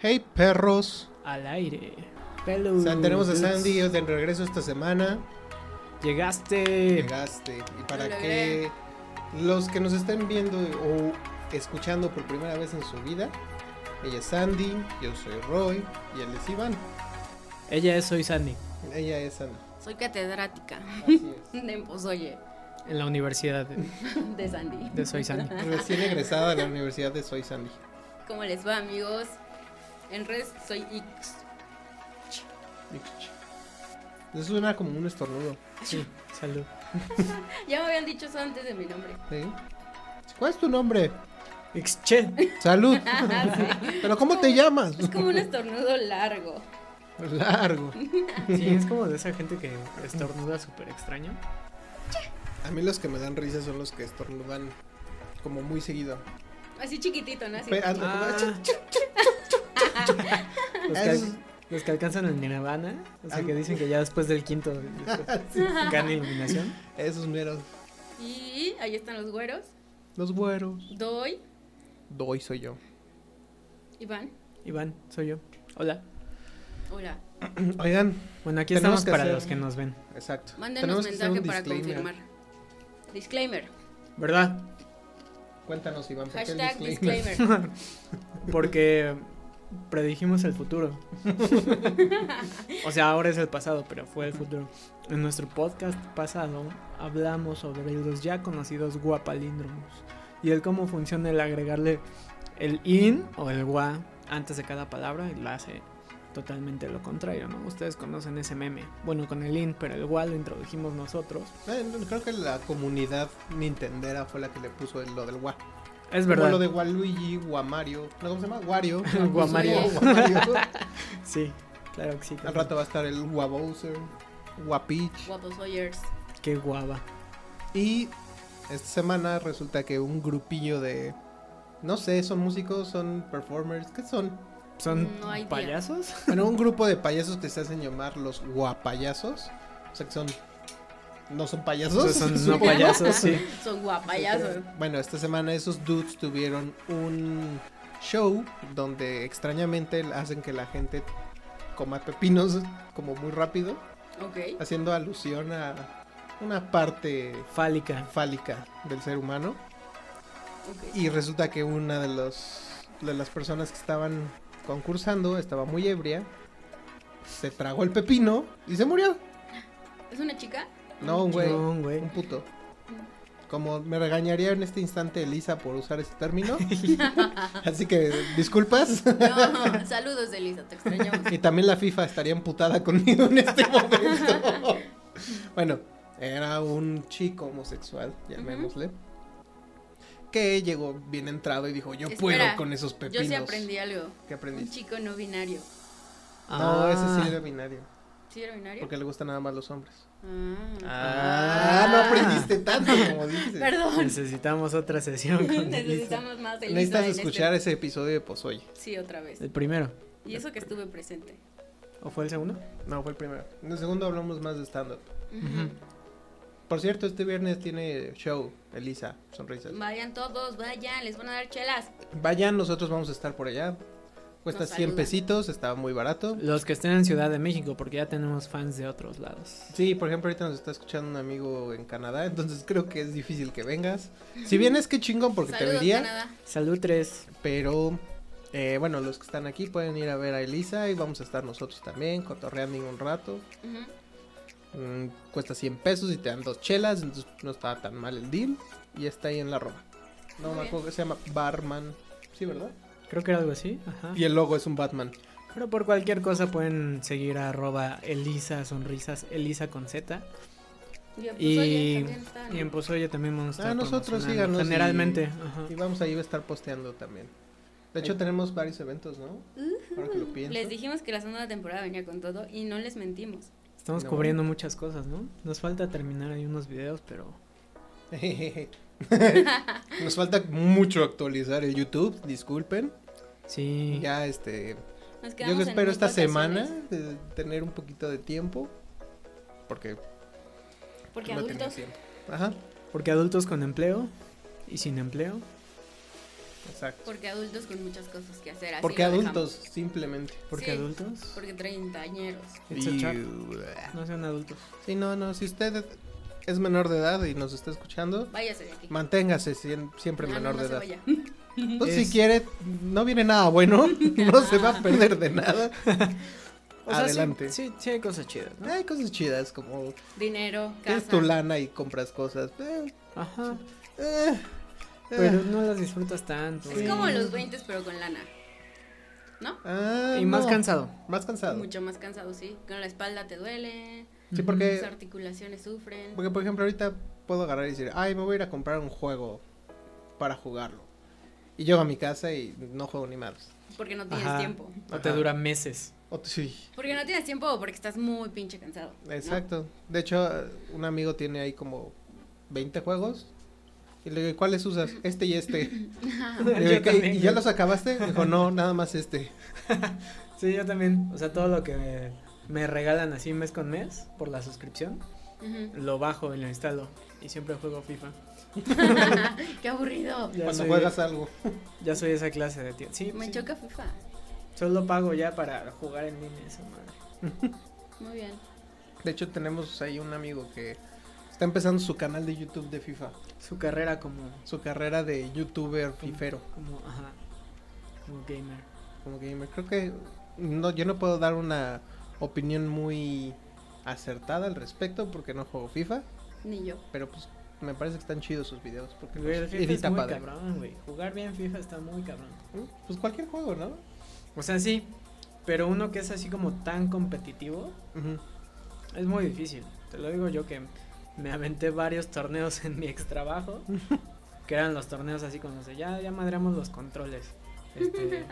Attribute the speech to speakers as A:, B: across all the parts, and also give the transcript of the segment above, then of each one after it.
A: Hey perros,
B: al aire. Hello.
A: o sea, tenemos a Sandy de regreso esta semana.
B: Llegaste.
A: Llegaste. Y para
C: Hola.
A: que los que nos estén viendo o escuchando por primera vez en su vida, ella es Sandy, yo soy Roy y él es Iván.
B: Ella es Soy Sandy,
A: Ella es Sandy.
C: Soy catedrática
A: Así es.
C: de pues, Oye,
B: en la universidad de,
C: de Sandy.
B: de Soy Sandy.
A: Recién egresada de la Universidad de Soy Sandy.
C: ¿Cómo les va, amigos? En redes soy X.
A: Eso suena como un estornudo.
B: Sí, salud.
C: Ya me habían dicho eso antes de mi nombre.
A: ¿sí? ¿eh? ¿Cuál es tu nombre?
B: Exche.
A: Salud.
C: Ah, Sí.
A: ¿Pero cómo te llamas?
C: Es como un estornudo largo.
A: Largo.
B: Sí, es como de esa gente que estornuda súper extraño.
A: A mí los que me dan risa son los que estornudan como muy seguido.
C: Así chiquitito, ¿no? Así.
A: Pero hazle como,
B: Ah.
A: "Chu".
B: Los que,
A: Es-
B: al- los que alcanzan el nirvana, o sea, que dicen que ya después del quinto después
A: Sí,
B: gana iluminación.
A: Esos meros.
C: Y ahí están los güeros.
A: Los güeros.
C: Doy,
A: Doy soy yo.
C: Iván.
B: Iván, soy yo. Hola.
C: Hola.
A: Oigan,
B: Bueno, aquí
A: Tenemos
B: estamos
A: que
B: para
A: hacer-
B: los que nos ven.
A: exacto.
C: Mándenos
A: que hacer un
C: mensaje para
A: disclaimer.
C: confirmar. Disclaimer.
B: ¿Verdad?
A: Cuéntanos, Iván, ¿por qué el
C: Hashtag
A: disclaimer?
C: disclaimer.
B: Porque predijimos el futuro. o sea, ahora es el pasado, pero fue el futuro. En nuestro podcast pasado hablamos sobre los ya conocidos guapalíndromos y el cómo funciona el agregarle el in o el gua antes de cada palabra y lo hace totalmente lo contrario, ¿no? Ustedes conocen ese meme. Bueno, con el in, pero el gua lo introdujimos nosotros.
A: Eh, no, creo que la comunidad nintendera fue la que le puso el- lo del gua.
B: Es
A: Como
B: verdad.
A: lo de Waluigi, Guamario. ¿No cómo se llama? Wario.
B: Guamario.
A: Puso Guamario.
B: Sí, claro que sí.
A: Al rato va a estar el Guabowser, Guapeach.
C: Guapos Oyers.
B: Qué guava.
A: Y esta semana resulta que un grupillo de. No sé, son músicos, son performers. ¿Qué son?
B: ¿Son
C: No hay día.
B: payasos?
A: Bueno, un grupo de payasos que se hacen llamar los guapayasos. O sea que son. No son payasos.
B: O sea, son no
A: supongo.
B: payasos, sí.
C: Son guapayasos.
A: Bueno, esta semana esos dudes tuvieron un show donde extrañamente hacen que la gente coma pepinos como muy rápido,
C: Ok.
A: haciendo alusión a una parte
B: Fálica.
A: fálica del ser humano.
C: Ok.
A: Y resulta que una de los de las personas que estaban concursando estaba muy ebria. Se tragó el pepino y se murió.
C: ¿Es una chica?
A: No, un güey,
B: No, güey.
A: un puto. Como me regañaría en este instante Elisa por usar ese término. Así que disculpas.
C: No, saludos de Lisa, te extrañamos.
A: Y también la FIFA estaría amputada conmigo en este momento. Bueno, era un chico homosexual, llamémosle. Que llegó bien entrado y dijo, yo
C: Espera,
A: puedo con esos pepinos.
C: Yo sí aprendí algo.
A: ¿Qué
C: Un
A: aprendiste?
C: chico no binario.
B: Ah.
A: No, ese
C: Ah.
A: sí era binario.
C: ¿Sí era binario?
A: Porque le gustan nada más los hombres.
C: Ah.
A: Ah, no aprendiste tanto como dices.
C: Perdón.
B: Necesitamos otra sesión con Elisa.
C: Necesitamos más de Lisa.
A: Necesitas
C: en este-
A: escuchar Eh, ese episodio de Pozoy.
C: Sí, otra vez.
B: El primero.
C: Y eso que estuve presente.
B: ¿O fue el segundo?
A: No, fue el primero. En el segundo hablamos más de stand-up.
C: Ujú.
A: Por cierto, este viernes tiene show, Elisa, sonrisas.
C: Vayan todos, vayan, les van a dar chelas.
A: Vayan, nosotros vamos a estar por allá. Cuesta
C: Nos
A: 100
C: saludan.
A: pesitos, está muy barato.
B: Los que estén en Ciudad de México, porque ya tenemos fans de otros lados.
A: Sí, por ejemplo, ahorita nos está escuchando un amigo en Canadá, entonces creo que es difícil que vengas. Si vienes, qué chingón, porque
C: saludos,
A: te vería.
C: Canadá.
B: Salud 3.
A: Pero eh, bueno, los que están aquí pueden ir a ver a Elisa y vamos a estar nosotros también cotorreando un rato.
C: Ujú.
A: Mm, cuesta 100 pesos y te dan dos chelas, entonces no está tan mal el deal. Y está ahí en la Roma. No
C: Muy
A: me
C: bien.
A: acuerdo que se llama Barman. Sí, ¿verdad?
B: Creo que era algo así.
C: Ah.
B: Ajá.
A: Y el logo es un Batman.
B: Pero por cualquier cosa pueden seguir a arroba Elisa Sonrisas, Elisa con Z.
C: Y, pues, oye,
B: Y,
C: también está, Ah, ¿no?
B: y en Pozoya también vamos a estar
A: Ah, nosotros
B: promocionando.
A: síganos y-
B: Generalmente. Ajá.
A: Y vamos ahí a estar posteando también. De hecho, tenemos varios eventos, ¿no? Ahora que lo pienso.
C: Les dijimos que la segunda temporada venía con todo y no les mentimos.
B: Estamos
A: No.
B: cubriendo muchas cosas, ¿no? Nos falta terminar ahí unos videos, pero...
A: Nos falta mucho actualizar el YouTube, disculpen.
B: Sí.
A: Ya este,
C: Nos quedamos
A: yo que
C: en
A: espero
C: muy
A: esta
C: pocas
A: semana
C: horas,
A: eh, tener un poquito de tiempo porque
C: Porque
A: no he tenido
C: adultos
A: tiempo. Ajá.
B: Porque adultos con empleo y sin empleo.
A: Exacto.
C: Porque adultos con muchas cosas que hacer. Así
A: Porque
C: lo
A: adultos, simplemente.
B: Porque
C: Sí.
B: adultos.
C: dejamos. Porque treintañeros.
B: It's a trap.
A: Iu.
B: No sean adultos.
A: Sí, no, no. Si usted es menor de edad y nos está escuchando,
C: Váyase de aquí.
A: manténgase sien- siempre
C: Ah, no,
A: menor
C: no
A: de
C: se
A: edad.
C: vaya.
A: Entonces,
B: Es-
A: si quiere, no viene nada bueno, no se va a perder de nada.
B: O sea, sí-
A: Adelante.
B: Sí, sí, hay cosas chidas, ¿no?
A: Hay cosas chidas como
C: Dinero,
A: tienes
C: casa.
A: tu lana y compras cosas. Eh,
B: Ajá.
A: eh,
B: Pero
A: eh.
B: no las disfrutas tanto.
C: Es
B: y-
C: como los 20 pero con lana. ¿No?
A: Ah,
B: Y más
A: no,
B: cansado.
A: Más cansado.
C: Mucho más cansado, sí. Con la espalda te duele,
A: Sí,
C: tus
A: porque,
C: articulaciones sufren.
A: porque, por ejemplo, ahorita puedo agarrar y decir, ay, me voy a ir a comprar un juego para jugarlo. Y llego a mi casa y no juego ni más.
C: Porque no tienes
B: Ajá.
C: tiempo.
B: O te
A: Ajá.
B: dura meses.
A: O- sí,
C: Porque no tienes tiempo o porque estás muy pinche cansado. ¿no?
A: Exacto. De hecho, un amigo tiene ahí como 20 juegos. Y le digo, "¿Y ¿cuáles usas? Este y este. Le digo,
B: Yo
A: "¿Y qué?
B: también,
A: ¿Y ya
B: güey.
A: los acabaste? Me dijo, no, nada más este.
B: Sí, yo también. O sea, todo lo que me, me regalan así mes con mes por la suscripción,
C: Ujú.
B: lo bajo y lo instalo. Y siempre juego FIFA.
C: Qué aburrido.
B: Ya
A: Cuando
B: soy-
A: juegas algo.
B: Ya soy esa clase de tío. Sí,
C: Me
B: sí.
C: choca FIFA.
B: Solo pago ya para jugar en línea esa madre.
C: Muy bien.
A: De hecho, tenemos ahí un amigo que está empezando su canal de YouTube de FIFA.
B: Su carrera como.
A: Su carrera de youtuber fifero.
B: Como, ajá. Como gamer.
A: Como gamer. Creo que no, yo no puedo dar una opinión muy acertada al respecto porque no juego FIFA.
C: Ni yo.
A: Pero pues me parece que están chidos sus videos porque
B: Güey, el
A: los
B: FIFA
A: edita
B: es muy
A: padre.
B: cabrón, güey. Jugar bien FIFA está muy cabrón.
A: Pues cualquier juego, ¿no?
B: O sea, sí. Pero uno que es así como tan competitivo
A: Ujú.
B: es muy difícil. Te lo digo yo que me aventé varios torneos en mi ex trabajo. que eran los torneos así como de ya, ya madreamos los controles. Este,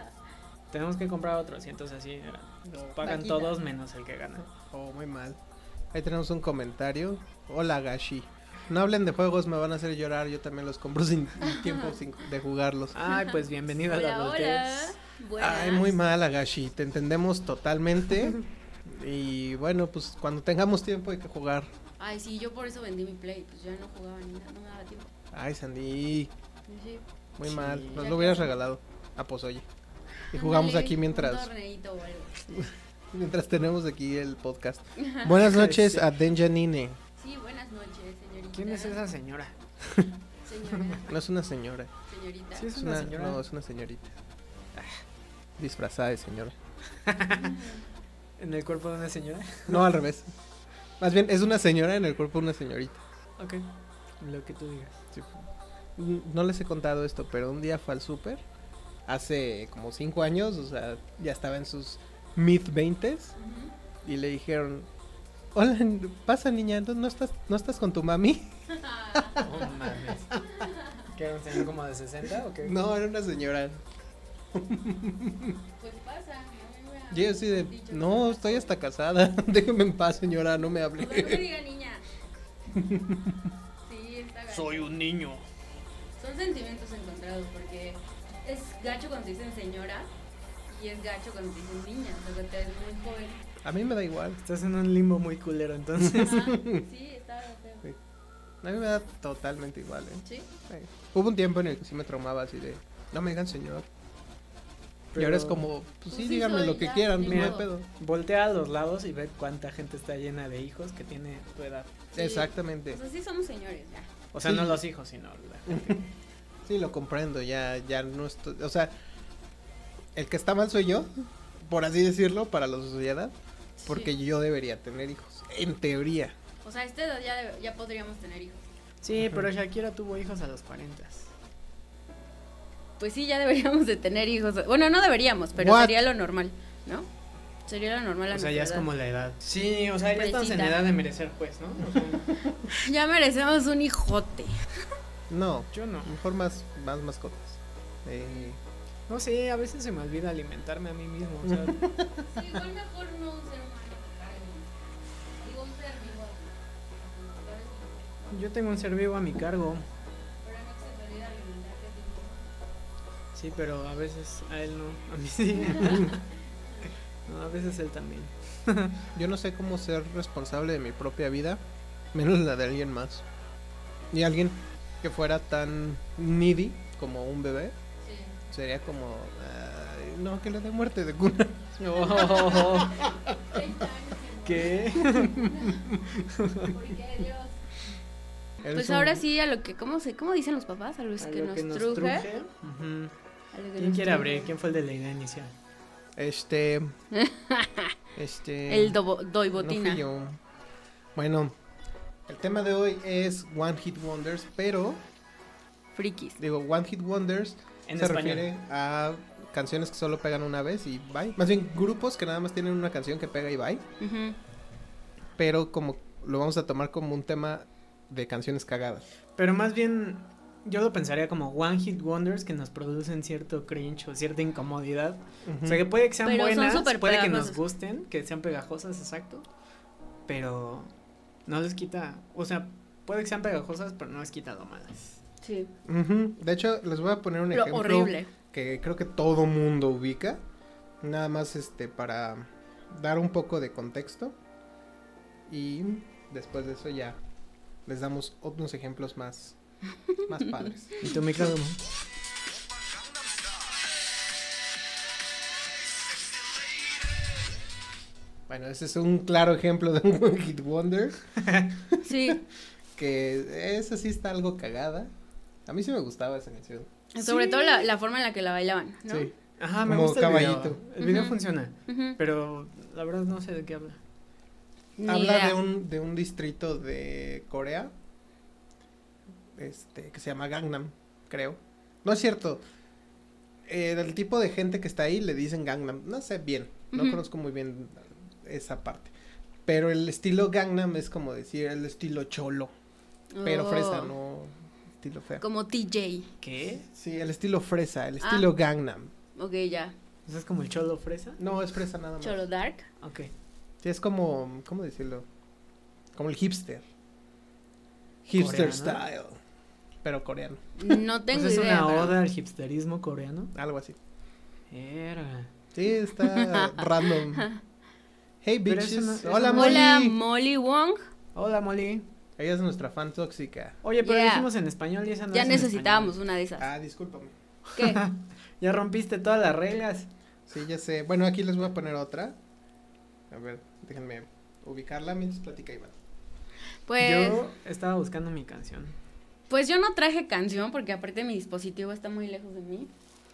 B: tenemos que comprar otros. Y entonces así era, lo pagan
C: Vaquita.
B: todos menos el que gana.
A: Oh, muy mal. Ahí tenemos un comentario. Hola, Gashi. No hablen de juegos, me van a hacer llorar. Yo también los compro sin sin tiempo sin- de jugarlos.
B: Ay, pues bienvenido a la
C: Hola, hola.
B: adultez.
C: Buenas.
A: Ay, muy mal, Agashi. Te entendemos totalmente. Y bueno, pues cuando tengamos tiempo hay que jugar.
C: Ay, sí, yo por eso vendí mi play. Pues ya no jugaba ni nada, no me daba tiempo.
A: Ay, Sandy.
C: Sí.
A: Muy
B: Sí.
A: mal. Nos lo hubieras regalado a Pozoye. Y jugamos
C: Ándale,
A: aquí
C: Un
A: mientras,
C: torneito o algo.
A: mientras tenemos aquí el podcast. Buenas noches a Denjanine.
C: Sí, buenas noches, señorita.
B: ¿Quién es esa señora?
C: Señora,
A: No es una señora.
C: señorita.
B: Sí, es una señora.
A: No, es una señorita. Ah, Disfrazada de señora.
B: ¿En el cuerpo de una señora?
A: No, al revés. Más bien, es una señora en el cuerpo de una señorita.
B: Ok. Lo que tú digas.
A: N- No les he contado esto, pero un día fue al súper. Hace como cinco años, o sea, ya estaba en sus mid-20s.
C: Ujú.
A: Y le dijeron, hola, n- pasa niña, ¿no, no estás, ¿no estás con tu mami?
B: No mames. ¿Que era un señor como de 60 o qué?
A: No, era una señora.
C: Pues pasa, a mí me
A: Y yo
C: han
A: así de,
C: dicho que
A: no,
C: pasa".
A: estoy hasta casada. Déjeme en paz, señora, no me
C: O sea, no me
A: hable.
C: diga niña. Sí, está gacho.
B: un niño.
C: Son sentimientos encontrados porque es gacho cuando te dicen señora y es gacho cuando te dicen niña. O sea, cuando te ves muy joven.
A: A mí me da igual.
B: Estás en un limbo muy culero entonces.
C: Ajá, Sí, está feo.
A: A mí me da totalmente igual, ¿eh?
C: Sí.
A: Eh, Hubo un tiempo en el que sí me traumaba así de, no me digan señor. Y ahora es
B: Pero
A: como, pues
C: Pues
A: sí,
C: sí
A: díganme
C: soy,
A: lo que
C: ya,
A: quieran,
C: ni
A: no hay
C: modo.
A: pedo.
B: Voltea a los lados y ve cuánta gente está llena de hijos que tiene tu edad.
C: Sí.
A: Exactamente.
C: O sea, sí somos señores ya.
B: O sea,
A: Sí.
B: no los hijos, sino la gente.
A: Sí, lo comprendo, ya, ya no estoy, o sea, el que está mal soy yo, por así decirlo, para la sociedad, porque
C: Sí.
A: yo debería tener hijos, en teoría.
C: O sea, a esta edad ya, debe- ya podríamos tener hijos.
B: Sí,
A: Ujú.
B: pero Shakira tuvo hijos a los 40.
C: Pues sí, ya deberíamos de tener hijos. Bueno, no deberíamos, pero
A: What?
C: sería lo normal, ¿no? Sería lo normal a
B: O sea,
C: nuestra
B: ya es
C: edad.
B: como la edad. Pues Sí, o sea, ya estás en
C: Pobrecita.
B: edad de merecer, pues, ¿no? O sea,
C: Ya merecemos un hijote.
A: No,
B: yo no.
A: mejor más, más mascotas. Eh,
B: No sé, a veces se me olvida alimentarme a mí mismo. O sea,
C: Sí, igual mejor no un ser humano que cargue. Digo, un ser vivo.
B: yo tengo un ser vivo a mi cargo.
C: Pero no se te olvida alimentarte tipo.
B: Sí, pero a veces a él no, a mí sí. No, a veces él también.
A: yo no sé cómo ser responsable de mi propia vida, menos la de alguien más. Y alguien que fuera tan needy como un bebé,
C: Sí.
A: sería como. ay, no, que le dé muerte de cuna.
B: Oh,
C: 30 años sin
B: ¿Qué?
C: morir, porque Dios.
A: Eres
C: Pues
A: un-
C: ahora sí, a lo que, ¿cómo, se, cómo dicen los papás? A los Pues que, nos, truje.
B: Ujú.
C: a lo que
B: ¿Quién
C: nos
B: quiere
C: truje.
B: abrir? ¿Quién fue el de la idea inicial?
A: Este. este.
C: El dobo-
A: no fui
C: doibotina.
A: yo. Bueno, el tema de hoy es One Hit Wonders, pero.
C: Frikis.
A: Digo, One Hit Wonders
B: En
A: se
B: español.
A: refiere a canciones que solo pegan una vez y bye. Más bien grupos que nada más tienen una canción que pega y bye.
C: Ujú.
A: Pero como lo vamos a tomar como un tema de canciones cagadas.
B: Pero más bien, yo lo pensaría como One Hit Wonders que nos producen cierto cringe o cierta incomodidad. O sea, que puede que sean
C: Pero son
B: buenas,
C: súper
B: puede que nos
C: pegajosas.
B: gusten, que sean pegajosas, exacto. Pero no les quita. O sea, puede que sean pegajosas, pero no les quita lo malas.
C: Sí.
A: Ujú. De hecho, les voy a poner un
C: Lo
A: ejemplo
C: horrible.
A: que creo que todo mundo ubica. Nada más este para dar un poco de contexto. Y después de eso ya les damos otros ejemplos más, más padres.
B: ¿Y tu micrófono?
A: Bueno, ese es un claro ejemplo de un One Hit Wonder.
C: Sí.
A: Que esa sí está algo cagada. A mí sí me gustaba esa canción.
C: Sobre todo la, la forma en la que la bailaban, ¿no?
A: Sí.
B: Ajá, me
A: Como
B: gusta el
A: caballito.
B: video. El video
C: Ujú.
B: funciona,
C: Ujú.
B: pero la verdad no sé de qué habla.
C: Ni
A: Habla
C: idea.
A: de un, de un distrito de Corea. Este, que se llama Gangnam, creo. No es cierto. Eh, el tipo de gente que está ahí le dicen Gangnam. No sé bien. No
C: Ujú.
A: conozco muy bien esa parte. Pero el estilo Gangnam es como decir el estilo cholo. Pero
C: Oh.
A: fresa, no estilo feo.
C: Como TJ.
B: ¿Qué?
A: Sí, el estilo fresa, el
C: Ah.
A: estilo Gangnam.
C: Ok, ya.
B: ¿Eso es como el cholo fresa?
A: No, es fresa nada más.
C: Cholo Dark.
B: Ok. pues
A: Sí, es como, ¿cómo decirlo? Como el hipster. Hipster
B: ¿Coreano?
A: style. Pero coreano,
C: No tengo
B: Pues es
C: idea.
B: una
C: pero-
B: oda al hipsterismo coreano.
A: algo así.
B: Era.
A: Sí, está random. Hey
B: Pero
A: bitches.
B: eso no- eso
A: Hola,
B: no-
A: Molly.
C: Hola, Molly Wong.
B: Hola, Molly.
A: Ella es nuestra fan tóxica.
B: Oye, pero
C: Yeah.
B: dijimos en español y esa no
C: Ya
B: es en
C: necesitábamos
B: español.
C: una de esas.
A: Ah, discúlpame.
C: ¿Qué?
B: Ya rompiste todas las reglas.
A: Sí, ya sé. Bueno, aquí les voy a poner otra. A ver, déjenme ubicarla mientras platica Iván.
C: Pues.
B: Yo estaba buscando mi canción.
C: Pues yo no traje canción porque aparte mi dispositivo está muy lejos de mí.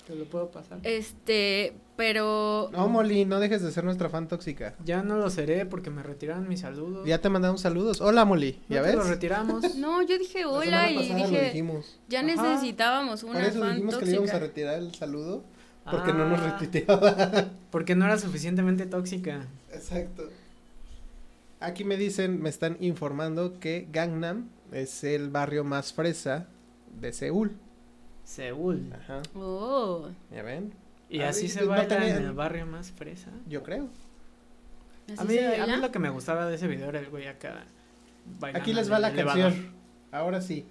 B: ¿Te lo puedo pasar?
C: Este, pero
A: No, Molly, no dejes de ser nuestra fan tóxica.
B: Ya no lo seré porque me retiraron mis saludos.
A: Ya te mandamos saludos. Hola, Molly.
B: No
A: ¿Ya
B: te
A: ves?
B: lo retiramos.
C: no, yo dije
A: La
C: hola
A: semana
C: y
A: pasada lo
C: dije,
A: dijimos.
C: ya
B: Ajá.
C: necesitábamos
A: Por
C: una
A: eso
C: fan
A: dijimos que le íbamos a
C: tóxica.
A: retirar el saludo. Porque no nos
B: Ah,
A: retuiteaba.
B: Porque no era suficientemente tóxica.
A: Exacto. Aquí me dicen, me están informando que Gangnam es el barrio más fresa de Seúl.
B: Seúl.
A: Ajá.
C: Oh,
A: ¿Ya ven?
B: Y
A: Ah,
B: así
A: y-
B: se
A: no
B: baila
A: tenía-
B: en el barrio más fresa.
A: Yo creo.
C: ¿así
B: A mí,
C: se
B: a mí
C: baila?
B: lo que me gustaba de ese video era el güey acá. bailando
A: Aquí les
B: en
A: va
B: el
A: la
B: elevador.
A: canción. Ahora sí.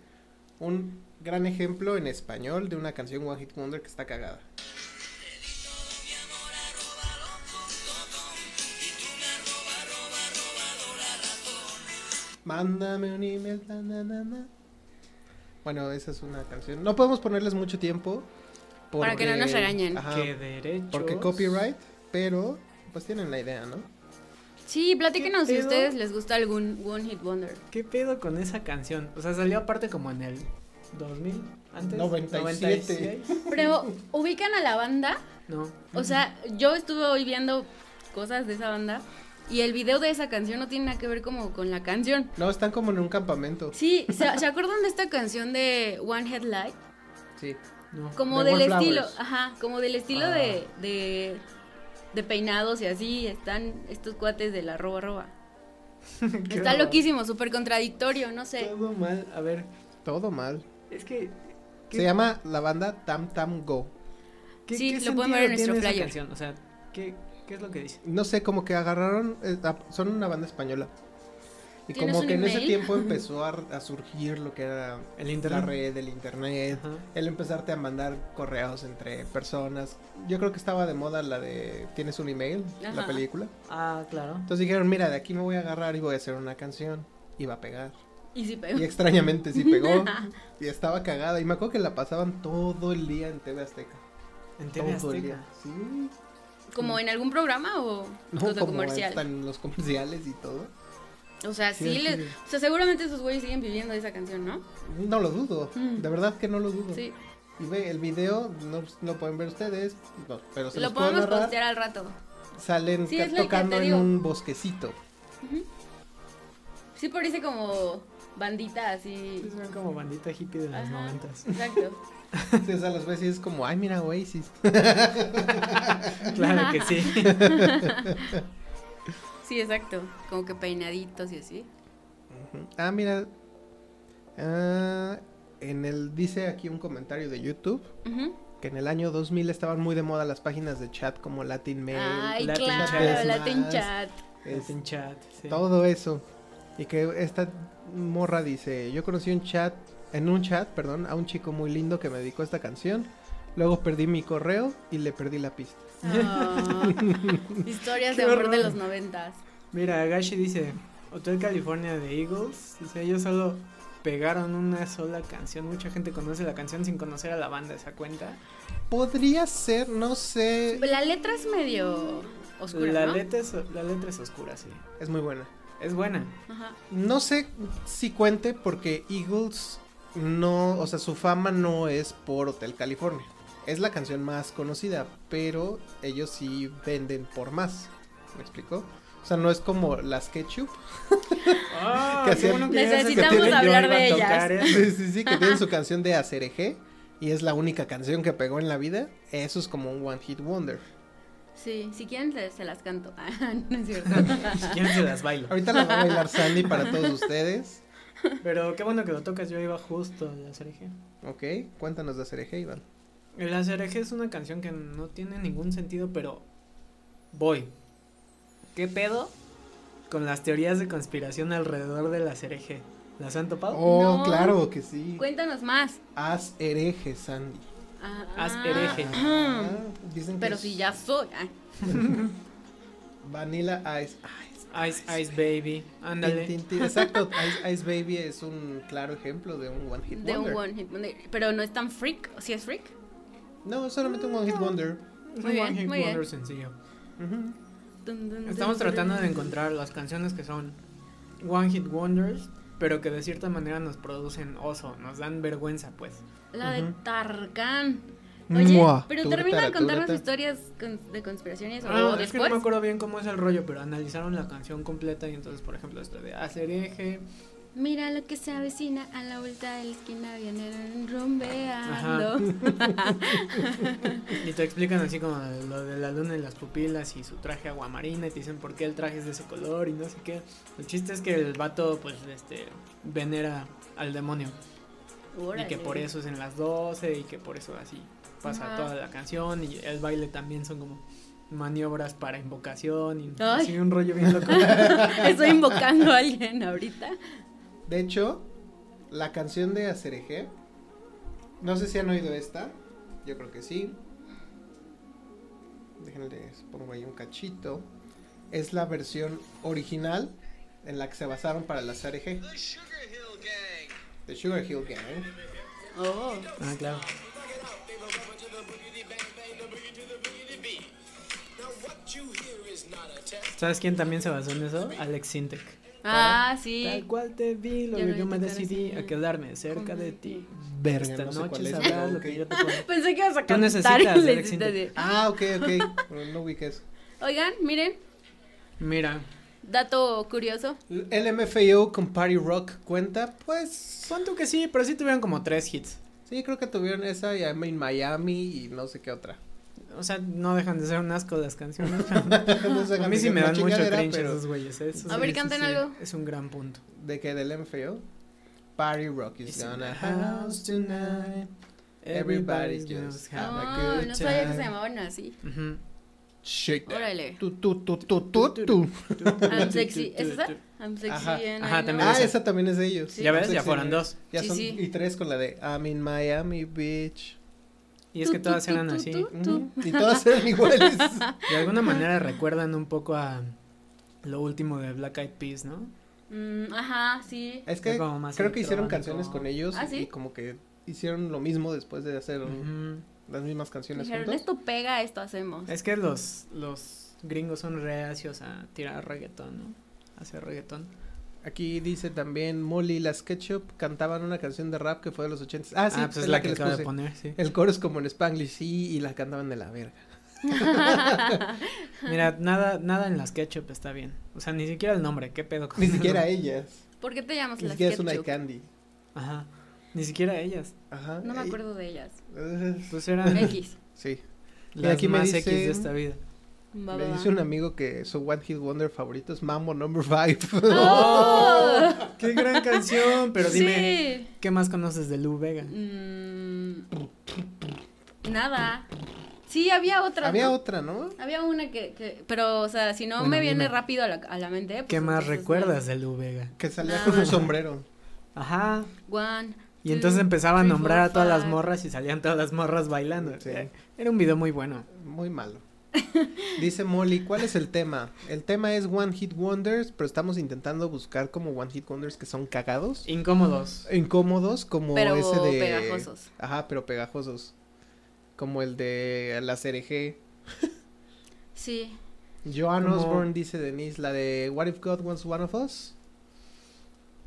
A: Un gran ejemplo en español de una canción One Hit Wonder que está cagada. Mándame un email. na, na, na, na. Bueno, esa es una canción. No podemos ponerles mucho tiempo.
C: Para que no nos
A: porque-
C: regañen.
A: ajá,
B: Que derechos.
A: porque copyright, pero pues tienen la idea, ¿no?
C: Sí,
B: ¿Qué
C: platíquenos si a
B: pedo?
C: ustedes les gusta algún One Hit Wonder.
B: ¿Qué pedo con esa canción? O sea, salió aparte como en el 2000, antes.
A: 97.
B: 96.
C: Pero ubican a la banda,
B: No.
C: o sea, yo estuve hoy viendo cosas de esa banda y el video de esa canción no tiene nada que ver como con la canción.
A: No, están como en un campamento.
C: Sí, ¿se, ¿se acuerdan de esta canción de One Headlight?
A: Sí.
B: No.
C: Como
A: De
C: del
A: Wallflowers.
C: estilo, ajá, como del estilo
B: Ah.
C: de, de, de peinados y así están estos cuates de la roba roba.
B: Qué
C: Está
B: horror.
C: loquísimo, súper contradictorio, no sé.
B: Todo mal. A ver,
A: Todo mal.
B: es que. ¿qué-
A: Se llama la banda Tam Tam Go.
B: qué-
C: Sí,
B: qué
C: lo
B: sentido
C: pueden ver en nuestro
B: tiene esa
C: flyer.
B: canción? O sea, ¿qué, ¿qué es lo que dice?
A: No sé, como que agarraron, eh, a- son una banda española. Y
C: ¿Tienes
A: como
C: un
A: que en ese
C: email?
A: tiempo empezó a, a surgir lo que era
B: El
A: la
B: internet.
A: red, el internet,
B: Ajá.
A: el empezarte a mandar correos entre personas. Yo creo que estaba de moda la de Tienes un email, la
C: Ajá.
A: película.
B: Ah, claro.
A: Entonces dijeron, mira, de aquí me voy a agarrar y voy a hacer una canción. Y va a pegar.
C: Y sí pegó.
A: Y extrañamente sí pegó. y estaba cagada. Y me acuerdo que la pasaban todo el día en TV Azteca.
B: En TV
A: todo el
B: Azteca.
A: día. Sí.
C: ¿Como en algún programa o
A: No,
C: todo
A: como
C: comercial?
A: están los comerciales y todo.
C: O sea,
A: Sí,
C: sí,
A: así
C: les-
A: de-
C: O sea, seguramente esos güeyes siguen viviendo de esa canción, ¿no?
A: No lo dudo,
C: Mm.
A: de verdad que no lo dudo.
C: Sí.
A: Y ve, el video no lo pueden ver ustedes, no, pero se los
C: Lo
A: puedo
C: podemos
A: narrar.
C: postear al rato.
A: Salen
C: Sí,
A: ca-
C: es lo que te
A: tocando en
C: digo.
A: un bosquecito.
C: Sí parece como bandita así.
B: Sí, son como bandita hippie de los
C: Ajá,
B: noventas.
C: Exacto.
A: Sí, o sea, los ves y es como, ay, mira, Oasis.
B: Claro que sí.
C: Sí, exacto. Como que peinaditos y así.
A: Ujú. Ah, mira. Ah, en el, dice aquí un comentario de YouTube
C: Ujú.
A: que en el año 2000 estaban muy de moda las páginas de chat como Latin Mail,
C: Ay,
B: Latin
C: claro,
B: chat.
C: Latin
A: Más. este,
C: chat.
A: es-
B: en chat. sí.
A: todo eso. Y que esta morra dice, yo conocí un chat, en un chat, perdón, a un chico muy lindo que me dedicó esta canción. Luego perdí mi correo y le perdí la pista.
C: Ah, historias
B: Qué
C: de amor de
B: horror.
C: los noventas.
B: Mira, Gashi dice, Hotel California de Eagles. Dice, ellos solo pegaron una sola canción. Mucha gente conoce la canción sin conocer a la banda, ¿se da cuenta?
A: Podría ser, no sé.
C: La letra es medio oscura,
B: la,
C: ¿no?
B: letra es, la letra es oscura, sí.
A: Es muy buena.
B: Es buena.
C: Ajá.
A: No sé si cuente porque Eagles no, o sea, su fama no es por Hotel California. Es la canción más conocida, pero ellos sí venden por más. ¿Me explico? O sea, no es como las Ketchup.
B: Ah,
A: Que
B: qué
A: hacían-
B: bueno
A: que
B: dices
A: Necesitamos
B: tienen- yo
C: hablar
B: iba a
C: de
B: tocar ¿eh? eso.
A: Sí, sí, sí, que tienen su canción de Acereje y es la única canción que pegó en la vida. Eso es como un One Hit Wonder.
C: Sí, si quieren se, se las canto. Ah, no es cierto.
B: Si quieren se las bailo.
A: Ahorita la va a bailar Sandy para todos ustedes.
B: Pero qué bueno que lo tocas, yo iba justo a las herejes.
A: Ok, cuéntanos de Acereje, Iván.
B: Las herejes es una canción que no tiene ningún sentido, pero voy. ¿Qué pedo con las teorías de conspiración alrededor de las herejes? ¿Las han topado?
A: Oh,
C: No.
A: claro que sí.
C: Cuéntanos más.
A: Haz hereje, Sandy.
C: Ah,
B: Haz hereje.
A: Ah,
C: ah.
A: dicen que
C: Pero
A: es
C: si ya soy. ah.
A: Vanilla Ice. Ice.
C: Oh,
B: Ice Ice Baby,
A: Tin,
B: ándale.
A: tin, tin. Exacto, Ice, Ice Baby es un claro ejemplo de un One Hit
C: de un
A: Wonder.
C: one hit wonder. Pero no es tan freak. ¿Sí es freak?
A: No, es solamente un One
C: Ah.
A: Hit Wonder.
B: Es
C: Muy
B: un
C: bien,
B: one hit
C: muy bien.
B: wonder sencillo.
A: Ujú.
C: Dun, dun, dun,
B: Estamos
C: dun,
B: tratando de
C: dun.
B: encontrar las canciones que son one hit wonders, pero que de cierta manera nos producen oso, nos dan vergüenza, pues.
C: La de
A: Ujú.
C: Tarkan. Oye,
A: Mua.
C: pero
A: Turta,
C: termina de contarnos
A: turta.
C: historias con- de conspiraciones
B: Ah,
C: o
B: es que no
C: después.
B: me acuerdo bien cómo es el rollo, pero analizaron la canción completa y entonces, por ejemplo, esto de hacer eje,
C: Mira lo que se avecina a la vuelta de la esquina vienen rumbeando.
B: y te explican así como lo de la luna y las pupilas y su traje aguamarina y te dicen por qué el traje es de ese color y no sé qué. El chiste es que el vato, pues, este, venera al demonio y que
C: Órale.
B: por eso es en las 12 y que por eso así pasa
C: Ajá.
B: toda la canción y el baile también son como maniobras para invocación y
C: Ay.
B: así un rollo bien loco. Ah,
C: Estoy invocando a alguien ahorita.
A: De hecho, la canción de Acereje, no sé si han oído esta, yo creo que sí. Déjenles, pongo ahí un cachito. Es la versión original en la que se basaron para la Acereje. The Sugar Hill Gang.
C: Oh.
B: ah, claro. ¿Sabes quién también se basó en eso? Alex Sintek.
C: Ah,
B: Tal
C: sí.
B: cual te vi, lo
C: Ya
B: que
C: no
B: yo
C: hay
B: me
C: que
B: decidí
C: estar
B: a
C: así.
B: quedarme cerca
C: Como
B: de
C: de
B: ti.
C: ti.
A: Verga,
B: Esta
A: no sé
B: noche
A: cuál es,
B: sabrás
A: pero
B: lo
A: ok.
B: que yo te puedo.
C: Pensé que ibas a
B: Tú necesitas
C: cantar y
B: de
C: le
B: Alex
C: hiciste
B: Intec.
C: así.
A: Ah, ok, ok. No, no ubiques.
C: Oigan, miren,
B: Mira,
C: dato curioso.
A: El MFAO con Party Rock cuenta, pues.
B: pon tú que sí, pero sí tuvieron como tres hits.
A: Sí, creo que tuvieron esa y I'm in Miami y no sé qué otra.
B: O sea, no dejan de ser un asco las canciones.
A: No sé,
B: A mí sí me
A: una
B: dan mucho
A: chingadera,
B: cringe
A: pero-
B: esos güeyes. ¿eh? Eso
C: A ver,
B: sí,
C: canten
B: sí, sí,
C: algo.
B: Es un gran punto.
A: ¿De qué? ¿Del MFAO? Party Rock is
B: It's in
A: gonna
B: the
A: house
B: house
A: tonight.
B: tonight.
A: Everybody
B: Everybody's
A: just
B: just
A: have a
C: Oh,
A: good
C: no sabía que se
A: time.
C: llamaban así.
B: Ujú.
A: Shake that.
C: Órale.
A: Tu, tu, tu, tu, tu, tu.
C: I'm sexy. ¿Es esa? I'm sexy
A: Ajá.
C: and
B: Ajá,
C: I
B: también
C: know.
A: Ah,
B: esa.
A: esa también es de ellos.
C: Sí.
B: Ya ves, ya
A: Sexy.
B: fueron dos.
A: Ya
C: Sí,
A: son,
C: sí.
A: Y tres con la de I'm in Miami, bitch.
B: Y es que
C: Tu, tu,
B: todas
C: tu,
B: eran
C: tu,
B: así.
C: tu.
A: Ujú. Y todas eran iguales.
B: De alguna manera recuerdan un poco a lo último de Black Eyed Peas, ¿no?
C: Mm, ajá, sí.
A: Es que
B: Es como más
A: creo que hicieron
B: electrónico.
A: canciones con ellos
C: Ah,
A: y-
C: ¿sí?
A: y como que hicieron lo mismo después de hacer
B: Ujú.
A: las mismas canciones
C: Dijeron,
A: juntos.
C: esto pega, esto hacemos.
B: Es que los, los gringos son reacios a tirar reggaetón, ¿no? A hacer reggaetón.
A: Aquí dice también Molly y las Ketchup cantaban una canción de rap que fue de los 80. Ah, sí,
B: ah, pues es la que,
A: les
B: acabo de
A: puse.
B: poner, sí.
A: El coro es como en Spanglish, sí, y la cantaban de la verga.
B: Mira, nada, nada en las ketchup está bien. O sea, ni siquiera el nombre, qué pedo con
A: Ni
B: el
A: siquiera e-
B: nombre?
A: ellas.
C: ¿Por qué te llamas
A: Ni
C: las
A: siquiera es una
C: Ketchup?
A: candy.
B: Ajá. Ni siquiera ellas.
A: Ajá.
C: No me
A: Ay,
C: acuerdo de ellas.
A: eh,
B: Pues eran
C: X.
A: Sí.
B: las
A: aquí me
B: más X de
A: dicen-
B: esta vida.
C: Va,
A: Me
C: va,
A: dice
C: va.
A: un amigo que su One Hit Wonder favorito es Mambo Number 5.
C: ¡Oh!
B: ¡Qué gran canción! Pero dime,
C: Sí.
B: ¿qué más conoces de Lou Vega?
C: Mm, nada. Sí, había otra.
A: Había
C: ¿no?
A: otra, ¿no?
C: Había una que, que- Pero, o sea, si no
B: Bueno,
C: me viene
B: dime.
C: rápido a la, a la mente. pues,
B: ¿Qué más
C: entonces,
B: recuerdas de Lou Vega?
A: Que salía
C: Ah.
A: con un sombrero.
B: Ajá.
C: no. One.
B: Y entonces
C: two,
B: empezaba a
C: three,
B: nombrar
C: four,
B: a todas las
C: five.
B: morras y salían todas las morras bailando.
A: Sí.
B: Eh, Era un video muy bueno.
A: Muy malo. Dice Molly, ¿cuál es el tema? El tema es One Hit Wonders, pero estamos intentando buscar como One Hit Wonders que son cagados,
B: Incómodos.
A: incómodos, como
C: Pero
A: ese de...
C: pegajosos.
A: Ajá, pero pegajosos. Como el de la CRG.
C: Sí.
A: Joan
B: Como-
A: Osborne dice Denise, la de What If God Wants One of Us.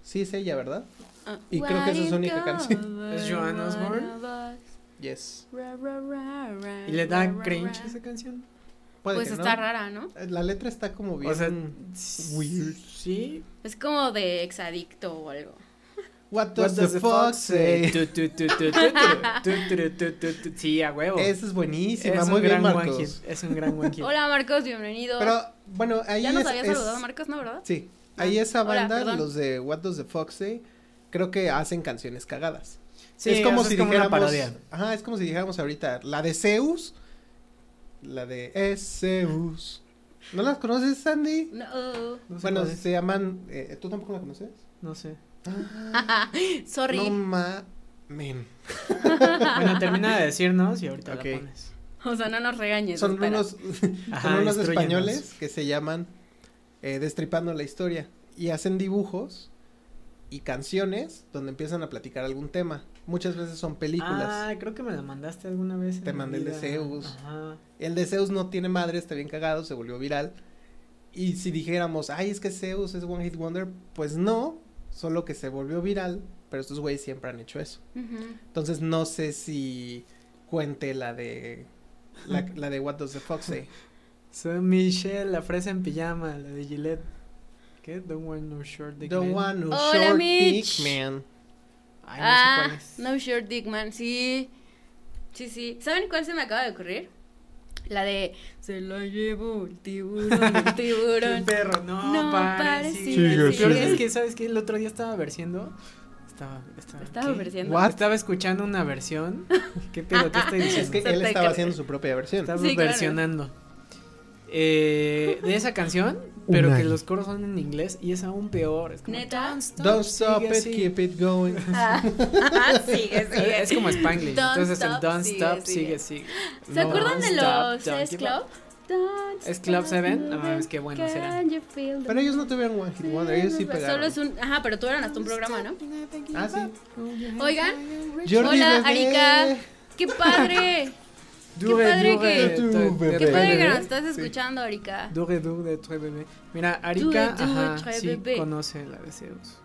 A: Sí es ella, ¿verdad?
C: Ah,
A: Y creo que esa es su única
C: What if
A: canción.
C: God
B: ¿Es Joan
C: was
B: Osborne?
C: one of us?
A: Yes.
C: Ra, ra, ra, ra,
B: ¿Y le
C: ra,
B: da
C: ra,
B: cringe
C: ra.
B: esa canción?
A: Puede
C: Pues
A: que
C: está
A: no.
C: rara, ¿no?
A: La letra está como bien...
B: O sea,
A: weird.
B: sí.
C: Es como de exadicto o algo.
A: What
B: What
A: does, the, fox say?
B: Tu, tu, tu, tu, tu, tu, tu, tu, tu, tu, tu. Sí, a huevo.
A: Esa es buenísima,
B: Es
A: muy
B: un
A: bien
B: gran
A: Marcos.
B: one hit, Es un gran one hit.
C: Hola Marcos, bienvenido.
A: Pero bueno, ahí
C: ya nos
A: es,
C: había
A: es-
C: saludado Marcos, ¿no, verdad?
A: Sí, ahí
C: Ah,
A: esa
C: hola,
A: banda,
C: perdón.
A: los de What Does the Fox Say, creo que hacen canciones cagadas.
B: Sí,
A: es como
B: o sea,
A: si
B: es como una
A: dijéramos,
B: parodia.
A: ajá, es como si dijéramos ahorita la de Zeus, la de es Zeus. ¿No las conoces, Sandy?
C: No.
B: No sé
A: bueno,
B: cuál es.
A: se llaman, eh, ¿tú tampoco la conoces?
B: No sé.
C: Sorry.
A: No mamen.
B: Bueno, termina de decirnos y ahorita
A: Ok.
B: la pones.
C: O sea, no nos regañes.
A: Son
C: espera.
A: unos,
B: Ajá,
A: son unos
B: instrúyenos.
A: españoles que se llaman eh, Destripando la Historia y hacen dibujos y canciones donde empiezan a platicar algún tema. Muchas veces son películas.
B: Ah, creo que me la mandaste alguna vez. en
A: Te
B: mi
A: mandé el de
B: vida.
A: Zeus.
B: Ajá.
A: El de Zeus no tiene madre, está bien cagado, se volvió viral. Y si dijéramos, ay, es que Zeus es One Hit Wonder, pues no, solo que se volvió viral, pero estos güeyes siempre han hecho eso.
C: Ujú.
A: Entonces no sé si cuente la de la, la de What Does the Fox Say.
B: Soy Michelle, la fresa en pijama, la de Gillette. ¿Qué? Don't want no short dick
A: The
B: man.
A: one who
C: Hola,
A: short
C: Mitch.
A: dick man.
B: Ay, no sé
C: Ah,
B: cuál es.
C: No Sure Dickman, sí. Sí, sí. ¿Saben cuál se me acaba de ocurrir? La de Se lo llevo el tiburón, el
B: Qué
C: tiburón.
B: perro, no,
C: No,
B: pare,
C: pare,
B: sí.
C: sigue,
A: Sigue,
B: Lo peor
A: sigue.
B: es que, ¿sabes qué? El otro día estaba versiendo. Estaba, estaba.
C: Estaba
B: ¿qué?
C: versiendo.
A: What?
B: Estaba escuchando una versión. ¿Qué pedo? ¿Qué estoy diciendo?
A: Es que
C: Se
A: él
C: te
A: estaba
C: cree.
A: haciendo su propia versión.
B: Estaba
C: Sí, claro.
B: versionando. Eh, de esa canción, pero
A: Una.
B: que los coros son en inglés y es aún peor. Es como,
C: ¿Neta?
B: Don't stop,
A: Don't stop
B: sigue
A: it,
B: así.
A: keep it going.
C: Ah, sigue, sigue.
B: Es como Spanglish.
C: Don't
B: entonces el
C: stop,
B: Don't
C: sigue,
B: Stop sigue,
C: sigue.
B: sigue.
C: ¿Se acuerdan de los
B: Don't
C: S
B: Give Up.
C: Club? Don't
B: S Club
C: stop
B: 7, no
C: moving,
B: mames, qué buenos eran.
C: can you feel the
A: Pero ellos no tuvieron One Hit Wonder, ellos sí pegaron.
C: Solo es un. Ajá, pero tú eran hasta un programa, ¿no?
A: Ah, sí.
B: Oigan,
A: Jordi
C: Hola,
A: Bebé.
C: Arica. ¡Qué padre! Qué padre que- ¡Qué
A: Bebé.
C: padre que
A: Bebé.
C: nos estás
A: Sí.
C: escuchando, Arica!
B: Dure, dure, très bébé. Mira,
C: Dure,
B: Arika,
C: dure,
B: ajá,
C: très
B: sí
C: bébé.
B: conoce la de Zeus.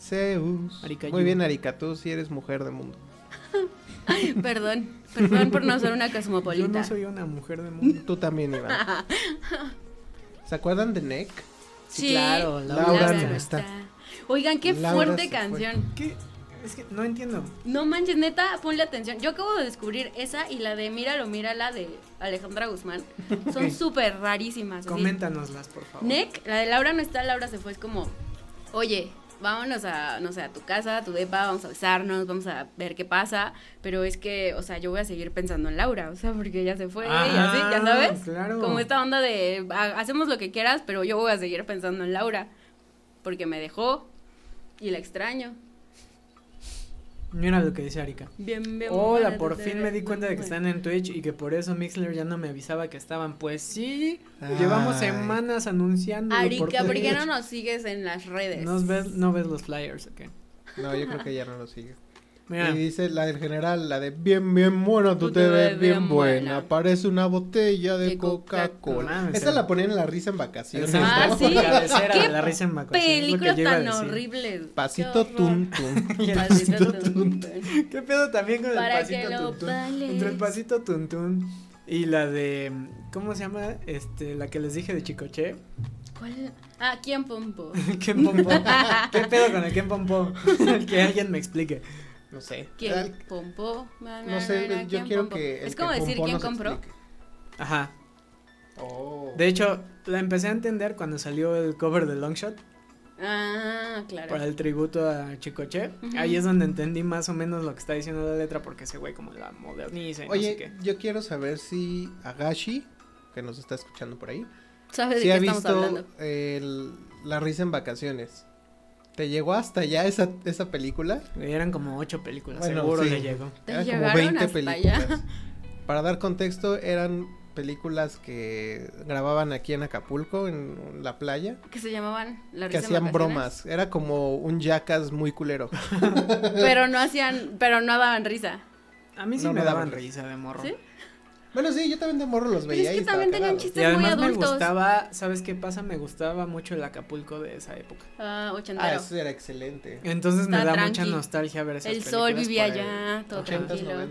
A: Zeus.
B: Arica,
A: Muy
B: you.
A: bien, Arica, tú sí eres mujer de mundo.
C: Perdón, perdón por no ser una
B: Yo
C: cosmopolita.
B: no soy una mujer de mundo.
A: Tú también, Iván. ¿Se acuerdan de Neck?
C: Sí,
B: claro,
A: Laura
B: Laura
A: no
B: no
A: está.
C: Oigan, qué
A: Laura se
C: fuerte
A: fue.
C: canción.
B: ¿Qué? Es que no entiendo.
C: No manches, neta, ponle atención. Yo acabo de descubrir esa y la de Míralo, mírala de Alejandra Guzmán. Son
B: Ok.
C: súper rarísimas. así.
B: Coméntanoslas, por favor.
C: Nick, la de Laura no está, Laura se fue, es como, oye, vámonos a, no sé, a tu casa, a tu depa, vamos a besarnos, vamos a ver qué pasa, pero es que, o sea, yo voy a seguir pensando en Laura, o sea, porque ella se fue y así,
B: Ah,
C: ya sabes,
B: Claro.
C: como esta onda de, "Ha- hacemos lo que quieras, pero yo voy a seguir pensando en Laura, porque me dejó y la extraño.
B: Mira lo que dice Arika.
C: Bien, bien.
B: Hola,
C: buena,
B: por
C: te
B: fin
C: ves
B: me di
C: muy
B: cuenta de que
C: buena.
B: están en Twitch y que por eso Mixler ya no me avisaba que estaban. Pues sí,
A: Ay.
B: llevamos semanas anunciando.
C: Arica, ¿por qué no nos sigues en las redes?
B: ves, no ves los flyers, ok.
A: No, yo creo que ya no lo sigue.
B: Mira,
A: Y dice la del general, la de bien, bien buena, tú, te ves bien buena. Parece una botella de
C: De Coca-Cola.
A: Coca-Cola.
B: Mames,
A: Esa
B: el-
A: la ponían en la risa en vacaciones.
B: esa
C: Ah,
B: es
A: ¿no?
C: sí.
B: la cabecera
C: ¿Qué
B: de la risa en vacaciones, pues, es lo que
C: Película
B: yo iba a
C: tan
B: decir.
C: horrible.
A: Pasito
C: Qué horror.
A: tun tun.
B: Y el
C: Pasito
B: pasito
C: tun,
B: tun.
C: tun.
B: ¿Qué pedo también con el
C: Para que
B: pasito
C: lo
B: tuntún? Entre el
C: bailes.
B: pasito tuntún y la de. ¿Cómo se llama? Este, la que les dije de Chicoche.
C: ¿Cuál? Ah, ¿quién pompo?
B: El Ken Pompó. ¿Qué pedo con el Ken Pompó? que alguien me explique.
A: No sé.
C: ¿Quién pompo? Ma, ma,
A: No
C: ma, ma,
A: sé, yo
C: ¿quién
A: quiero
C: pompó?
A: que. el
C: Es
A: que
C: como decir
A: compone
C: quién
A: nos
C: compró.
A: explique.
B: Ajá.
A: Oh.
B: De hecho, la empecé a entender cuando salió el cover de Longshot
C: Ah, claro.
B: para el tributo a Chicoche.
C: Ujú.
B: Ahí es donde entendí más o menos lo que está diciendo la letra porque ese güey como la moderniza y no sé
A: Oye,
B: qué.
A: yo quiero saber si Agashi, que nos está escuchando por ahí,
C: ¿Sabes de
A: si
C: qué
A: ha
C: estamos
A: visto
C: hablando?
A: el- la risa en vacaciones. ¿Te llegó hasta allá esa, esa película?
B: Eran como ocho películas,
A: Bueno,
B: seguro
A: sí.
B: le llegó.
C: ¿Te
A: Eran como
C: llegaron
A: 20
C: hasta
A: películas.
C: allá?
A: Para dar contexto, eran películas que grababan aquí en Acapulco, en la playa,
C: Que se llamaban La
A: que
C: Risa en
A: hacían
C: Vacaciones?
A: bromas. Era como un jackass muy culero.
C: Pero no hacían, pero no daban risa.
B: A mí sí
A: No
B: me
A: me
B: daban
A: daba
B: risa de morro.
C: ¿Sí?
A: bueno, sí, yo también de morro los
C: Pero es
A: veía. y
C: que
A: estaba
C: también tenían
A: cagado.
C: chistes
B: Y además
C: muy
B: me
C: adultos.
B: gustaba, ¿sabes qué pasa? Me gustaba mucho el Acapulco de esa época.
C: Ah,
A: Ah,
C: ochentero.
A: eso era excelente.
B: Entonces me
C: Está
B: da
C: tranqui.
B: mucha nostalgia ver esas
C: el sol
B: películas
C: vivía
B: por el-
C: allá, todo
A: 80s,
C: tranquilo.
A: 90s.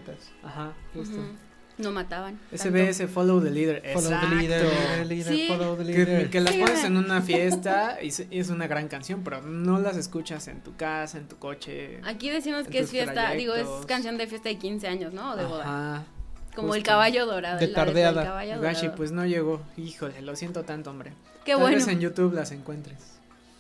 B: Ajá, justo.
C: Ujú. No mataban. tanto.
B: SBS, Follow the Leader.
A: Follow
B: Exacto.
A: the leader, leader, leader,
C: Sí.
A: follow the
B: Que,
A: leader.
B: que las
C: Sí,
B: pones
C: va.
B: en una fiesta y se- y es una gran canción, pero no las escuchas en tu casa, en tu coche.
C: Aquí decimos
B: En
C: que es
B: tus
C: fiesta, digo, es
B: trayectos.
C: canción de fiesta de 15 años, ¿no? O de boda.
B: Ajá.
C: Como el
B: justo.
C: caballo dorado.
A: De
C: la del
A: tardeada.
C: caballo
B: Gashi,
C: dorado.
B: pues no llegó. Híjole, lo siento tanto, hombre.
C: Qué
B: Tal
C: bueno.
B: vez en YouTube las encuentres.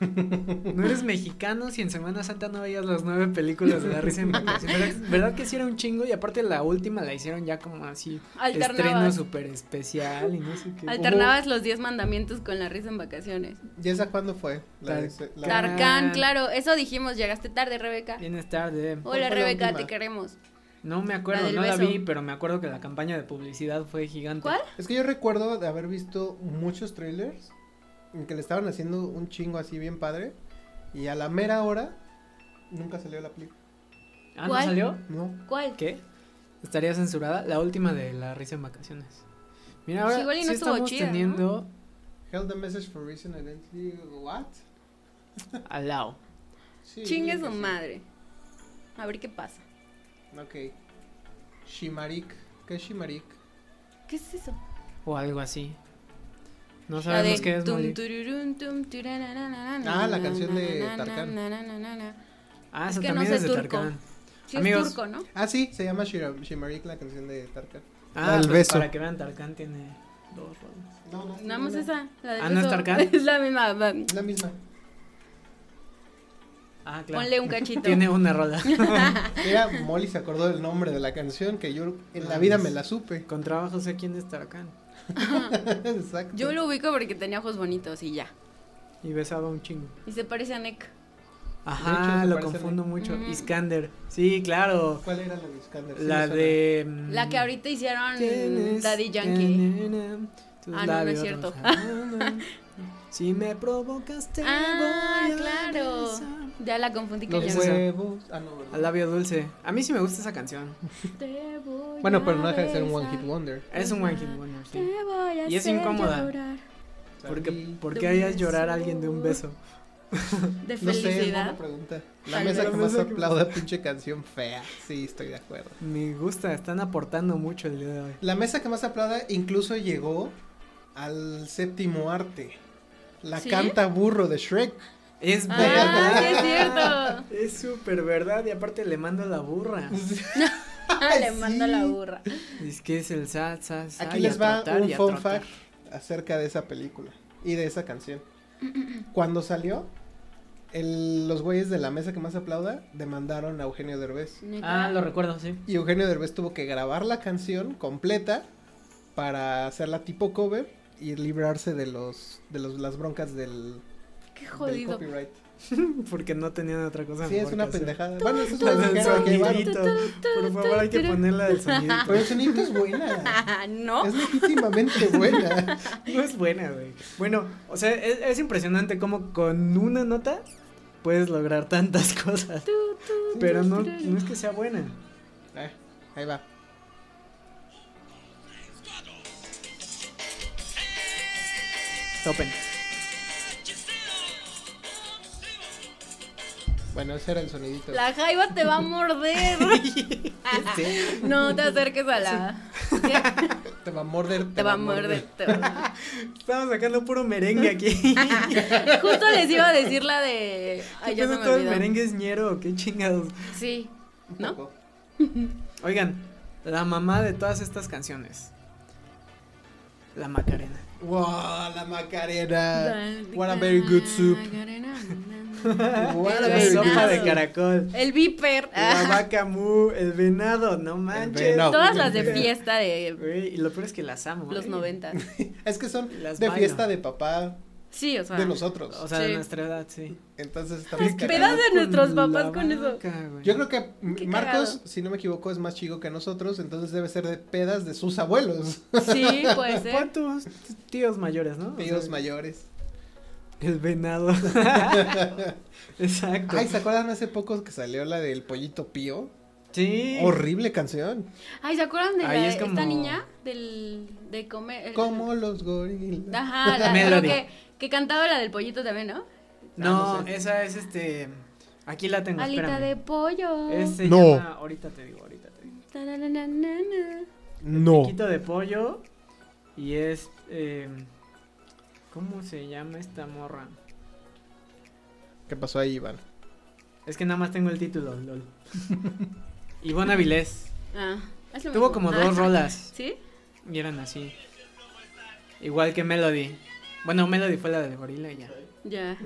B: No eres mexicano si en Semana Santa no veías las nueve películas de la risa en vacaciones. ¿Verdad, verdad que sí era un chingo? Y aparte la última la hicieron ya como así. Estreno
C: Alternabas.
B: súper especial y no sé qué.
C: Alternabas los 10 mandamientos con la risa en vacaciones.
A: ¿Y esa cuándo fue? La de-
B: Tar-
A: la-
B: Tar-
C: Tarkan, claro, eso dijimos, llegaste tarde, Rebeca.
B: Tienes tarde.
A: ¿Cuál
C: Hola,
A: fue la
C: Rebeca,
A: última?
C: te queremos.
B: No me
C: La
B: acuerdo,
C: del
B: no la
C: beso.
B: vi, pero me acuerdo que la campaña de publicidad fue gigante.
C: ¿Cuál?
A: Es que yo recuerdo de haber visto muchos trailers en que le estaban haciendo un chingo así bien padre y a la mera hora nunca salió la película.
B: Ah,
C: ¿Cuál?
B: ¿no salió?
A: No.
C: ¿Cuál?
B: ¿Qué? Estaría censurada. La última de la risa en vacaciones. Mira,
C: Pues
B: ahora
C: igual y no
B: sí
C: estuvo
B: estamos
C: chida, ¿no?
B: teniendo
A: Held the message for reason identity. What?
B: al lado.
A: Sí,
C: Chingue
A: creo
C: su
A: que sí.
C: madre. A ver qué pasa.
A: Ok. Shimarik. ¿Qué es Shimarik?
C: ¿Qué es eso?
B: O algo así. No
C: La
B: sabemos
C: de
B: qué es.
C: tum,
B: Modi.
C: tururún, tum, turananana,
A: Ah, la canción de
C: nananana,
A: Tarkan.
C: nananana.
B: Ah,
C: Es
B: eso
C: que no
B: también
C: sé
B: es de
C: turco.
B: Tarkan.
C: Sí,
B: Amigos.
C: es turco, ¿no?
A: Ah, sí, se llama Shira- Shimarik la canción de Tarkan.
B: Ah,
A: Al
B: pues
A: beso.
B: para que vean, Tarkan tiene dos rolas.
A: No, no.
C: Nada más
A: no, no.
C: esa. La del
B: Ah, ¿no es
C: beso.
B: Tarkan?
C: Es la misma. va,
A: Es la misma.
B: Ah, claro.
C: Ponle un cachito.
B: Tiene una rola.
A: Mira, Molly se acordó del nombre de la canción que yo en la vida me la supe.
B: Con trabajo sé quién es Tarkan.
A: Exacto.
C: Yo lo ubico porque tenía ojos bonitos y ya.
B: Y besaba un chingo.
C: Y se parece a Nick.
B: Ajá,
A: se
B: lo
A: parece a
B: confundo
A: mí.
B: mucho.
C: Mm.
B: Iskander. Sí, claro.
A: ¿Cuál era la de Iskander? Sí me
B: La
A: suena.
B: de. mm,
C: La que ahorita hicieron
B: tienes
C: Daddy Yankee.
B: na, na, na, tus
C: Ah, no, no es
B: labios
C: cierto.
B: rosados. si me provocas, te
C: Ah,
B: voy a
C: claro.
B: besar.
C: Ya la confundí con
A: Los
B: Esa.
C: Yankee.
A: huevos. Ah, no, ¿verdad?
B: Al labio dulce. A mí sí me gusta esa canción.
C: Te voy
A: Bueno,
C: a
A: pero no deja de ser un
C: besar,
A: one hit wonder.
B: Es un one hit
C: Ajá.
B: wonder, sí.
C: Te voy a
B: Y es
C: hacer
B: incómoda.
C: llorar
B: Porque,
A: Salí.
B: ¿Por
C: De
B: qué
C: un
B: harías llorar a
C: beso.
B: alguien de un beso?
C: De
A: no sé, es
C: felicidad.
A: buena pregunta. La
C: Tal
A: mesa
B: vez.
A: que más
B: La mesa que
A: aplauda, pinche canción fea. Sí, estoy de acuerdo.
B: Me gusta, están aportando mucho el día de hoy.
A: La mesa que más aplauda incluso llegó al séptimo arte. La
C: ¿Sí?
A: canta burro de Shrek.
B: Es
C: ah,
B: verdad.
C: sí es cierto.
B: Es súper verdad. Y aparte le mando la burra.
C: Ah, le
A: Sí.
C: mando la burra.
B: Es que es el sal, sal, sal,
A: Aquí
B: y a
A: les va
B: trotar,
A: un
B: y a
A: fun
B: trotar.
A: fact acerca de esa película y de esa canción. Cuando salió, el- los güeyes de la mesa que más aplauda demandaron a Eugenio Derbez.
C: Neta.
B: Ah, lo recuerdo, sí.
A: Y Eugenio Derbez tuvo que grabar la canción completa para hacerla tipo cover y librarse de los de los, las broncas del,
C: Qué
A: del
C: jodido.
A: copyright.
B: Porque no tenían otra cosa.
A: Sí, es
B: mejor
A: una
B: que hacer.
A: pendejada. Bueno, eso es
B: La
A: lo
B: del
A: que llevaron.
B: sonidito. Por favor, hay que ponerla del sonidito.
A: Pero el sonidito es buena.
C: Ah, no.
A: Es legítimamente buena.
B: No es buena, güey. Bueno, o sea, es, es impresionante cómo con una nota puedes lograr tantas cosas. Pero no, no es que sea buena.
A: Eh, ahí va.
B: Topen.
A: Bueno, ese era el sonidito.
C: La jaiba te va a morder. Ah, no te acerques a la. ¿Qué?
A: Te va a morder.
C: Te va a morder. te va a morder.
B: Estamos sacando puro merengue aquí.
C: Justo les iba a decir la de. Ay,
B: ¿Qué
C: ya se
B: pedo,
C: me
B: todo el
C: olvidó.
B: merengue es ñero? ¿Qué chingados?
C: Sí.
A: Un
C: ¿no?
A: poco.
B: Oigan, la mamá de todas estas canciones. La Macarena.
A: Wow, la Macarena.
C: Dan-
A: What a very good soup.
C: Ah,
A: What a very
C: Venado.
B: Sopa
A: good
B: de caracol.
C: El viper.
B: La
A: Ah.
B: vaca mu, el venado, no manches.
A: venado.
C: Todas las de fiesta de
B: Güey, y lo peor es que las amo.
C: los
B: eh.
C: noventas.
A: Es que son
B: Las
A: de
B: bailo.
A: fiesta de papá
C: Sí, o sea.
A: de nosotros.
B: O sea, de
C: Sí.
B: nuestra edad, sí.
A: Entonces está
C: Las
A: muy cagado.
C: pedas de nuestros papás con eso.
A: Yo creo que
C: Qué
A: Marcos,
C: cagado.
A: si no me equivoco, es más chico que nosotros, entonces debe ser de pedas de sus abuelos,
C: Sí, puede ser.
B: ¿Cuántos tíos mayores, no? O
A: tíos
B: sea,
A: mayores.
B: El venado. Exacto.
A: Ay, ¿se acuerdan hace poco que salió la del pollito pío?
B: sí.
A: Horrible canción.
C: Ay, ¿se acuerdan de la-
B: Ahí es como-
C: esta niña? Del. de comer. el-
A: Como los gorilas.
C: Ajá, la
B: Melody.
C: creo que, que cantaba la del pollito también, ¿no?
B: No,
A: Ah, no sé.
B: esa es este. Aquí la tengo.
C: Alita
B: espérame.
C: de pollo.
B: Es, se
A: No.
B: llama- Ahorita te digo, ahorita te digo.
C: Tarararana.
A: No.
B: Quito de pollo. Y es. eh, ¿Cómo se llama esta morra?
A: ¿Qué pasó ahí, Iván?
B: Es que nada más tengo el título, lol. Ivonne Avilés.
C: Ah, es lo
B: Tuvo
C: mismo.
B: como
C: Ah,
B: dos rolas.
C: ¿Sí?
B: Y eran así. Igual que Melody. Bueno, Melody fue la del gorila y ya.
C: Ya.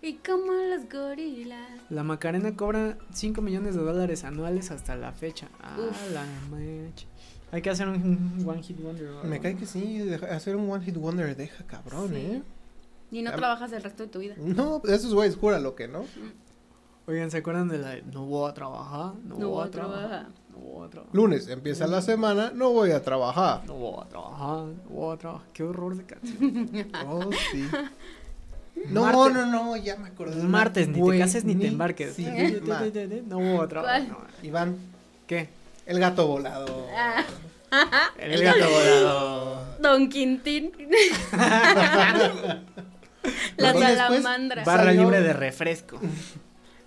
C: Y como los gorilas.
B: La Macarena cobra 5 millones de dólares anuales hasta la fecha. Ah,
C: Uf.
B: la mecha. Hay que hacer un One Hit Wonder. o
A: Me
B: algo.
A: cae que sí, deja- hacer un One Hit Wonder deja cabrón,
C: Sí.
A: ¿eh?
C: Y no
A: Am-
C: trabajas el resto de tu vida.
A: No, esos güeyes, júralo que no.
B: Oigan, ¿se acuerdan de la de No voy a trabajar, no,
C: No
B: voy a
C: voy a
B: trabajar,
C: trabajar"?
B: no voy a trabajar.
A: Lunes empieza la semana, no voy a trabajar.
B: No voy a trabajar, no voy a trabajar. Qué horror de canción.
A: Oh, sí. No,
B: Marte-
A: no, no, ya me acordé. de
B: Los
A: una
B: martes, ni te cases ni te
A: buenísima.
B: embarques. No voy a trabajar.
C: ¿Cuál?
B: no.
A: Iván,
B: ¿Qué?
A: el gato volado.
C: Ah,
B: El gato volado.
C: Don Quintín. la
A: Y después
C: salamandra.
A: va-
B: Barra
A: Salió-
B: libre de refresco.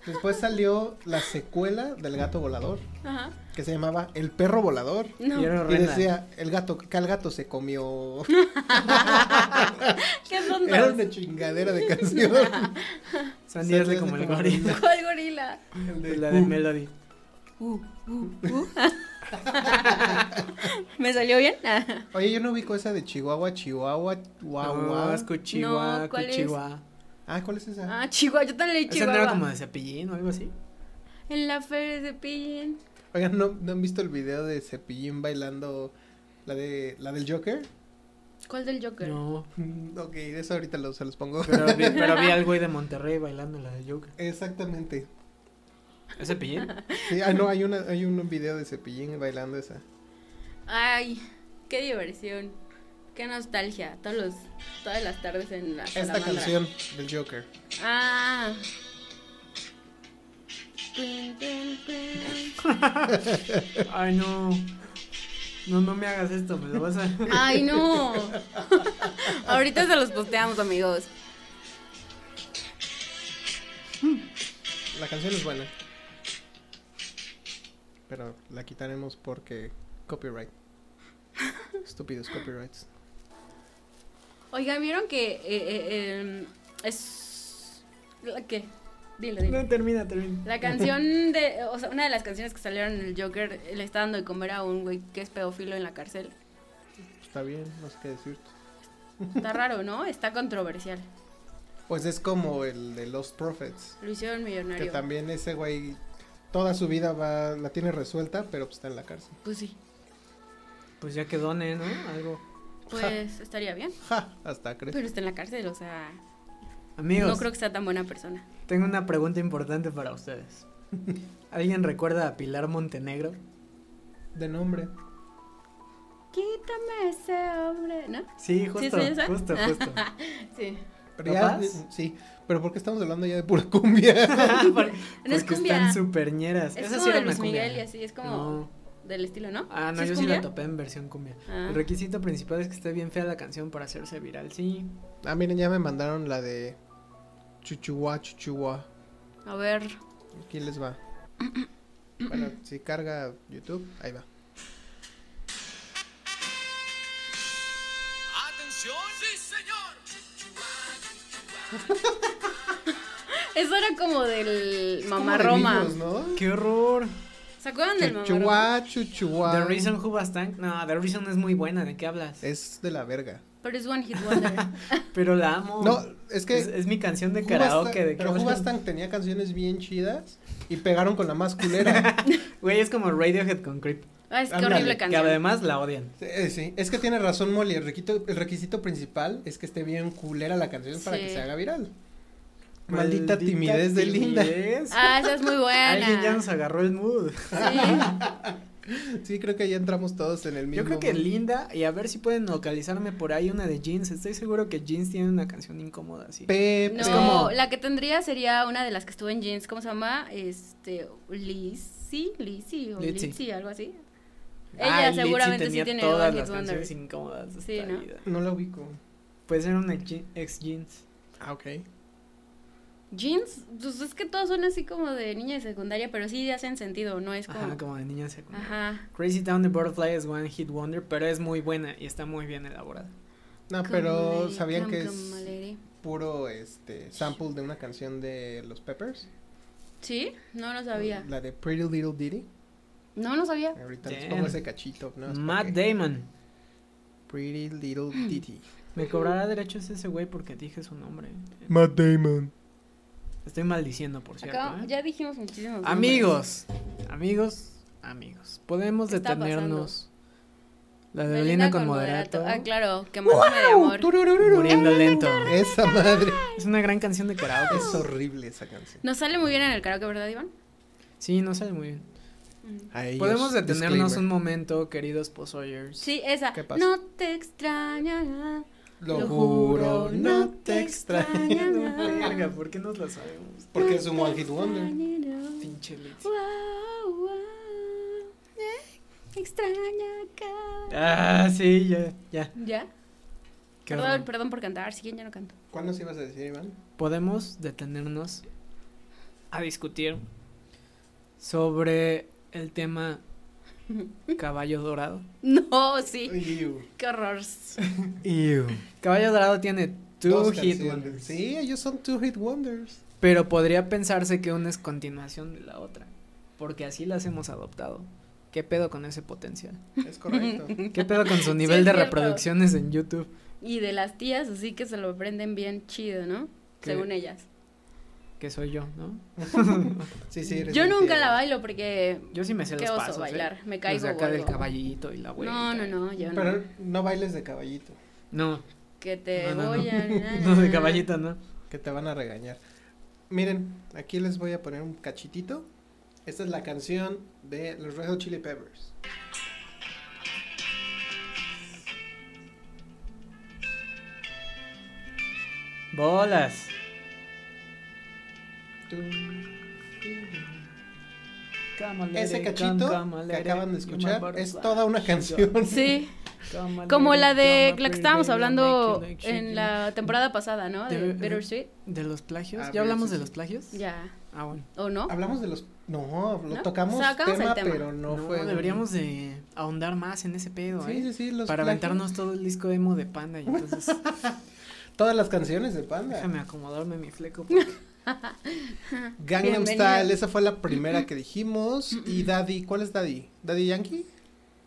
A: Después salió la secuela del gato volador,
C: Ajá.
A: que se llamaba El perro volador.
B: Y
C: No.
B: era
A: Y
B: horrenda.
A: decía, el gato, que al gato se comió.
C: ¿Qué son
A: Era
C: dos?
A: una chingadera de canción.
B: San Díaz de
A: Sandías
B: como
A: de
B: el
A: como el
B: gorila.
C: ¿Cuál gorila?
B: La de Melody.
C: Uh, uh, uh. ¿Me salió bien? Ah,
A: Oye, yo no ubico esa de Chihuahua, Chihuahua,
B: Guau,
A: Chihuahua.
B: es Cuchihuahua,
C: No, ¿cuál es?
B: Cuchihuahua.
A: ah, ¿cuál es esa?
C: ah, Chihuahua, yo también leí
B: Esa no era como
C: Chihuahua.
B: de cepillín o algo así.
C: En la feria de Pillín.
A: Oigan, ¿no, no han visto el video de Cepillín bailando la de la del Joker?
C: ¿Cuál del Joker?
B: No.
A: Mm, Ok, de eso ahorita lo- se los pongo.
B: Pero vi, pero vi al güey de Monterrey bailando la de Joker.
A: Exactamente.
B: ¿Es cepillín?
A: Sí, ah, no, hay, una, hay un video de Cepillín bailando esa.
C: Ay, qué diversión. Qué nostalgia. Todos los, todas las tardes en la
A: Esta
C: salamandra.
A: canción del Joker.
C: Ah. Tun, tun, tun.
B: Ay, no. No, no me hagas esto, me lo vas a...
C: Ay, no. Ahorita se los posteamos, amigos.
A: La canción es buena. Pero la quitaremos porque copyright. Estúpidos copyrights.
C: Oigan, ¿vieron que eh, eh, em, es... ¿La qué? Dilo, dilo.
B: No, termina, termina.
C: La canción de... O sea, una de las canciones que salieron en el Joker le está dando de comer a un güey que es pedófilo en la cárcel.
A: Está bien, no sé qué decirte.
C: Está raro, ¿no? Está controversial.
A: Pues es como el de Lost Prophets.
C: Lo hicieron
A: Que
C: millonario.
A: también ese güey toda su vida va, la tiene resuelta, pero pues está en la cárcel.
C: Pues sí.
B: Pues ya que done, ¿no? Algo.
C: Pues estaría bien.
A: Ja, hasta crees.
C: Pero está en la cárcel, o sea...
B: Amigos,
C: No creo que sea tan buena persona.
B: tengo una pregunta importante para ustedes. ¿Alguien recuerda a Pilar Montenegro?
A: De nombre.
C: Quítame ese hombre, ¿no?
B: Sí, justo,
C: soy esa?
B: justo, justo.
C: Sí.
A: Pero ya,
B: ¿Capaz?
A: sí, pero ¿por qué estamos hablando ya de pura cumbia?
B: Por-
C: No es
B: porque
C: cumbia.
B: están súper ñeras.
C: Es
B: Esa sí
C: como
B: era
C: de
B: una
C: Luis
B: cumbia.
C: Miguel y así, es como
B: No.
C: del estilo, ¿no?
B: Ah, no,
C: es
B: yo sí la
C: cumbia?
B: topé en versión cumbia.
C: Ah.
B: El requisito principal es que esté bien fea la canción para hacerse viral, sí.
A: ah, miren, ya me mandaron la de Chuchuá, Chuchuá.
C: A ver,
A: Aquí les va. Bueno, si carga YouTube, ahí va.
D: ¡Atención! ¡Sí, señor!
C: eso era como del
A: Es
C: Mamá
A: como de
C: Roma.
A: niños, ¿no?
B: ¡Qué horror!
C: ¿Se acuerdan del Mamá
A: Chuchuá,
C: Roma?
A: Chuchuá.
B: The Reason Who Was Tank. No, The Reason es muy buena, ¿de qué hablas?
A: Es de la verga.
C: Pero es One Hit Wonder.
B: Pero la amo.
A: No, es que.
B: Oh. es, es mi canción de
A: Who Was
B: karaoke.
A: Tank-
B: ¿de qué
A: pero
B: hablas?
A: Jubastan tenía canciones bien chidas y pegaron con la más culera.
B: Güey, es como Radiohead con Creep.
C: Ah, es que
A: Ándale,
C: horrible
B: Que
C: canción.
B: además la odian.
A: Eh, sí, es que tiene razón Molly. El requisito, el requisito principal es que esté bien culera la canción para que
C: Sí.
A: se haga viral. Maldita, timidez de Linda.
B: timidez.
C: Ah, esa es muy
B: Alguien ya
C: buena.
B: nos agarró el mood.
C: Sí.
A: Sí, creo que ya entramos todos en el mismo.
B: Yo creo que
A: mundo.
B: Linda, y a ver si pueden localizarme por ahí una de Jeans. Estoy seguro que Jeans tiene una canción incómoda así.
A: Pepe.
C: No,
B: Es como-
C: la que tendría sería una de las que estuvo en jeans, ¿cómo se llama? Este, Lizzy, Lizzy o
B: Litzy.
C: Lizzy, algo así.
B: Ah,
C: Ella
B: Litzy
C: seguramente sí
B: tenía
C: tiene
B: todas
C: One
B: las
C: Hit Wonder.
B: canciones incómodas de
C: Sí,
B: esta
C: ¿no?
B: vida.
A: No la ubico.
B: Puede ser Pues una je- ex Jeans.
A: Ah, ok.
C: Jeans, pues es que todas son así como de niña de secundaria, pero sí hacen sentido, no es como.
B: Ajá,
C: Ajá.
B: como de niña de secundaria. Crazy Town the Butterfly es One Hit Wonder, pero es muy buena y está muy bien elaborada.
A: No, Ah, pero
C: Come,
A: ¿sabían
C: come,
A: que
C: come,
A: es
C: lady.
A: puro este sample de una canción de los Peppers?
C: Sí, no lo sabía.
A: La de Pretty Little Ditty.
C: No lo sabía.
A: Ahorita les
B: Damn.
A: pongo ese cachito. ¿no? Es
B: Matt
A: porque-
B: Damon.
A: Pretty Little Ditty.
B: Me cobrará derechos ese güey porque dije su nombre.
A: Matt Damon.
B: Estoy maldiciendo, por cierto.
C: Acá,
B: ¿eh?
C: ya dijimos muchísimos. nombres.
B: Amigos, amigos, amigos. Podemos
C: ¿Qué está
B: detenernos. La de
C: Belinda
B: Belinda con moderato.
C: Ah, claro, que más de amor.
B: Muriendo lento.
A: Esa madre.
B: Es una gran canción de karaoke.
C: Oh.
A: Es horrible esa canción.
C: Nos sale muy bien en el karaoke, ¿verdad, Iván?
B: Sí, no sale muy bien.
C: Mm.
A: Ahí
B: Podemos
A: es
B: detenernos
A: disclaimer.
B: un momento, queridos posoyers.
C: Sí, esa.
A: ¿Qué pasa?
C: No te extraña.
A: Lo juro, no te extraño.
B: Verga, ¿por qué nos la sabemos?
A: Porque es un One Hit Wonder.
C: Wonder.
B: Pinche Litzy.
C: Wow, wow. eh, Extraña acá.
B: Ah, sí, ya, ya.
C: ¿Ya?
B: Qué
C: Perdón,
B: horror.
C: perdón por cantar, si quieren ya no canto.
A: ¿Cuándo se ibas a decir, Iván?
B: Podemos detenernos a discutir sobre el tema caballo dorado.
C: No, sí.
A: Ew.
C: Qué horror.
B: Caballo Dorado tiene Two
A: Dos
B: Hit
A: canciones.
B: Wonders.
A: Sí, ellos son Two Hit Wonders.
B: Pero podría pensarse que una es continuación de la otra. Porque así las hemos adoptado. ¿Qué pedo con ese potencial?
A: Es correcto.
B: ¿Qué pedo con su
C: Sí,
B: nivel
C: es
B: de
C: cierto.
B: reproducciones en YouTube?
C: Y de las tías, así que se lo aprenden bien chido, ¿no?
B: ¿Qué?
C: Según ellas.
B: Que soy yo, ¿no?
A: Sí, sí, eres
C: Yo
A: mi
C: nunca
A: tía.
C: la bailo porque.
B: Yo sí me sé
C: Qué
B: los
C: oso
B: pasos. ¿eh?
C: bailar, me
B: Los
C: caigo
B: de acá del
C: gordo.
B: caballito y la vuelta.
C: No, no, no, yo no.
A: Pero no bailes de caballito,
B: No,
C: Que
B: No,
C: te
B: no,
C: voy a.
B: no, de caballito no.
A: que te van a regañar. Miren, aquí les voy a poner un cachitito. Esta es la canción de los Red Hot Chili Peppers.
B: Bolas.
A: Ese cachito que acaban de escuchar es toda una canción.
C: Sí, como la de la que estábamos hablando en la temporada pasada, ¿no? De
B: Debe-
C: Bittersweet.
B: ¿De los plagios?
A: Ah,
B: ¿Ya
A: sí,
B: hablamos de
A: sí.
B: los plagios?
C: Ya.
B: Ah, bueno.
C: ¿O no?
A: Hablamos de los. No, lo
C: ¿No?
A: tocamos
C: Sacamos
A: tema,
C: el tema.
A: pero no,
B: No,
A: fue. un-
B: deberíamos de ahondar más en ese pedo,
A: Sí,
B: ¿eh?
A: sí, sí, los
B: Para
A: plagios.
B: aventarnos todo el disco emo de Panda y entonces
A: Todas las canciones de Panda.
B: déjame acomodarme mi fleco porque
A: Gangnam
C: Bienvenido.
A: Style, esa fue la primera que dijimos. Y Daddy, ¿cuál es Daddy? ¿Daddy Yankee?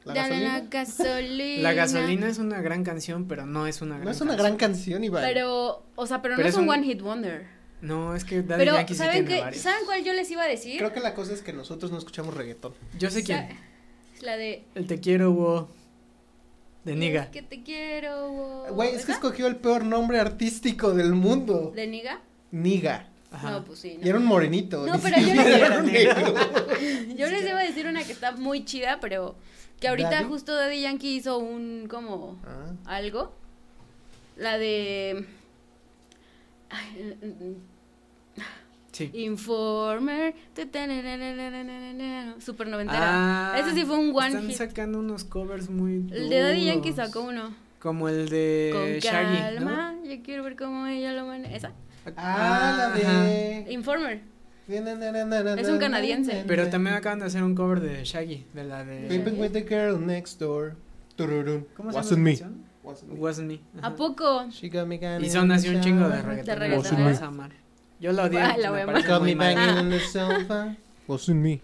A: ¿La
C: Dale
A: gasolina?
C: la gasolina.
B: La gasolina es una gran canción, pero no es una gran
A: No es una gran
B: canción.
A: canción, Iván.
C: Pero, o sea, pero,
B: Pero
C: no
B: es
C: es un,
B: un-
C: one hit wonder.
B: No, es que Daddy
C: pero,
B: Yankee sí
C: ¿saben
B: tiene
C: qué?
B: varias.
C: ¿Saben cuál yo les iba a decir?
A: Creo que la cosa es que nosotros no escuchamos reggaetón.
B: Yo sé
C: Sa-
B: quién.
C: La de.
B: El te quiero, wo. De
C: Es
B: Niga.
C: que te quiero. wo-
A: Güey, es que
C: ¿esa?
A: escogió el peor nombre artístico del mundo.
C: ¿De Niga?
A: Niga.
B: Ajá.
C: No, pues sí. no.
A: Y era un morenito.
C: No,
A: ni
C: pero yo
A: siquiera
C: le-
A: era un negro.
C: Yo les iba a decir una que está muy chida, pero que ahorita
A: Daddy.
C: justo Daddy Yankee hizo un como
A: Ah,
C: algo. La de Ay, mm,
B: Sí.
C: Informer. te- te- ne- ne- ne- ne- ne- ne- ne- ne- Super noventera.
B: Ah,
C: Ese sí fue un one
B: Están
C: hit.
B: sacando unos covers muy duros.
C: El de Daddy Yankee sacó uno.
B: Como el de
C: Con
B: Shaggy, Eh, ¿no?
C: calma, yo quiero ver cómo ella lo maneja. Esa.
A: Ah, la de.
C: Informer.
A: Es
C: un canadiense.
B: Pero también acaban de hacer un cover de Shaggy, de la de...
A: Sleeping with the girl next door. Tururún.
B: ¿Cómo se
A: Wasn't
B: llama
A: me.
B: la canción?
A: Wasn't me.
B: Wasn't me.
C: ¿A
B: ajá.
C: poco?
A: She got me kinda
B: Y son así un chingo de
C: reggaetoneros.
B: reggaetoneros.
A: Wasn't me.
B: vas a amar. Yo la odié.
C: Ah,
B: me
C: la voy a Ah,
B: parece
A: Got me
B: muy mal.
A: banging on the sofa. Wasn't me.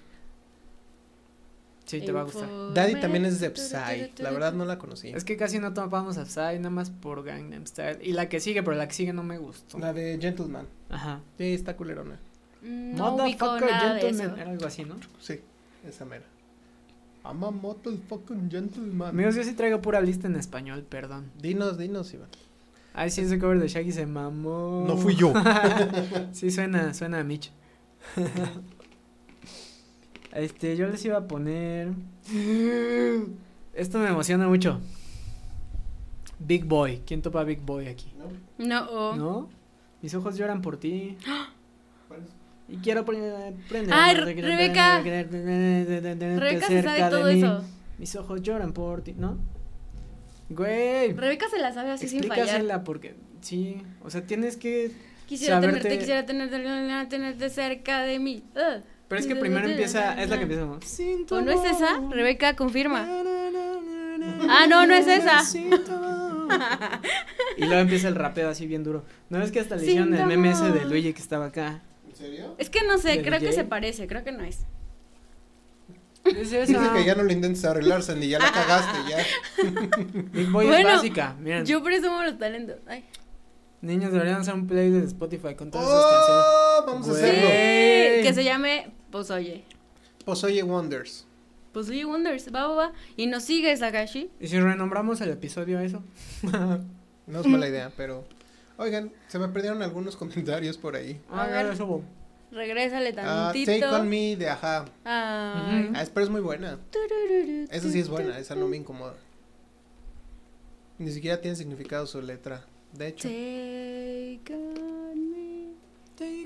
B: Sí, te va a gustar.
A: Daddy también es de Psy. La verdad no la conocí.
B: Es que casi no topamos a Psy, nada más por Gangnam Style. Y la que sigue, pero la que sigue no me gustó.
A: La de Gentleman.
B: Ajá.
A: Sí, está culerona.
C: No ubico nada de eso.
B: Gentleman. Era algo así, ¿no?
A: Sí, esa mera. I'm a motherfucking gentleman.
B: Amigos, yo sí traigo pura lista en español, perdón.
A: Dinos, dinos, Iván.
B: Ay, sí, ese cover de Shaggy se mamó.
A: No fui yo.
B: sí, suena, suena a Mitch. este, yo les iba a poner. Esto me emociona mucho. Big Boy. ¿Quién topa Big Boy aquí?
C: No, oh.
B: ¿No? Mis ojos lloran por ti. Y quiero aprender.
C: Ay, Rebeca. Rebeca se sabe todo eso.
B: Mis ojos lloran por ti, ¿no? Güey.
C: Rebeca se la sabe así sin fallar.
B: Explícasela porque sí, o sea, tienes que
C: Quisiera
B: saberte-
C: tenerte, quisiera tenerte, tenerte cerca de mí. Ah.
B: Pero es que primero empieza, es la que empieza como, "Sin tu
C: ¿O no es esa?
B: voz".
C: Rebeca, confirma.
B: Na, na, na, na, na,
C: Ah, no, no es esa.
B: sin tu voz. y luego empieza el rapeo así bien duro. No es que hasta le
C: Sin
B: hicieron el
C: tu
B: meme ese de
C: voz.
B: Luigi que estaba acá.
A: ¿En serio?
C: Es que no sé,
B: ¿De
C: creo que
B: DJ?
C: se parece, creo que no es.
B: Es
A: Dice
B: esa.
A: que ya no lo intentes arreglar, Sandy, ya
C: Ah.
A: la cagaste, ya.
B: Big Boy
C: Bueno,
B: es básica, miren.
C: Yo presumo los talentos. Ay.
B: Niños deberían hacer un play de Spotify con todas esas canciones.
A: ¡Oh! Vamos a
B: Güey.
C: Sí,
A: hacerlo.
C: que se llame Pues Oye.
A: Pues oye, Wonders.
C: Pues Oye Wonders, va, va, va. Y nos sigue Sakashi.
B: Y si renombramos el episodio a eso.
A: No es mala idea, pero. Oigan, se me perdieron algunos comentarios por ahí.
B: Ah, ya
C: ver.
B: lo subo.
C: Regrésale
A: Ah,
C: tantito.
A: Take on Me de Ajá.
C: Ay.
B: Ujú.
A: Ah, es- pero es muy buena.
C: Turururu,
A: Esa sí es
C: tu,
A: buena,
C: tu,
A: esa
C: tu.
A: no me incomoda. Ni siquiera tiene significado su letra. De hecho,
C: Take on me.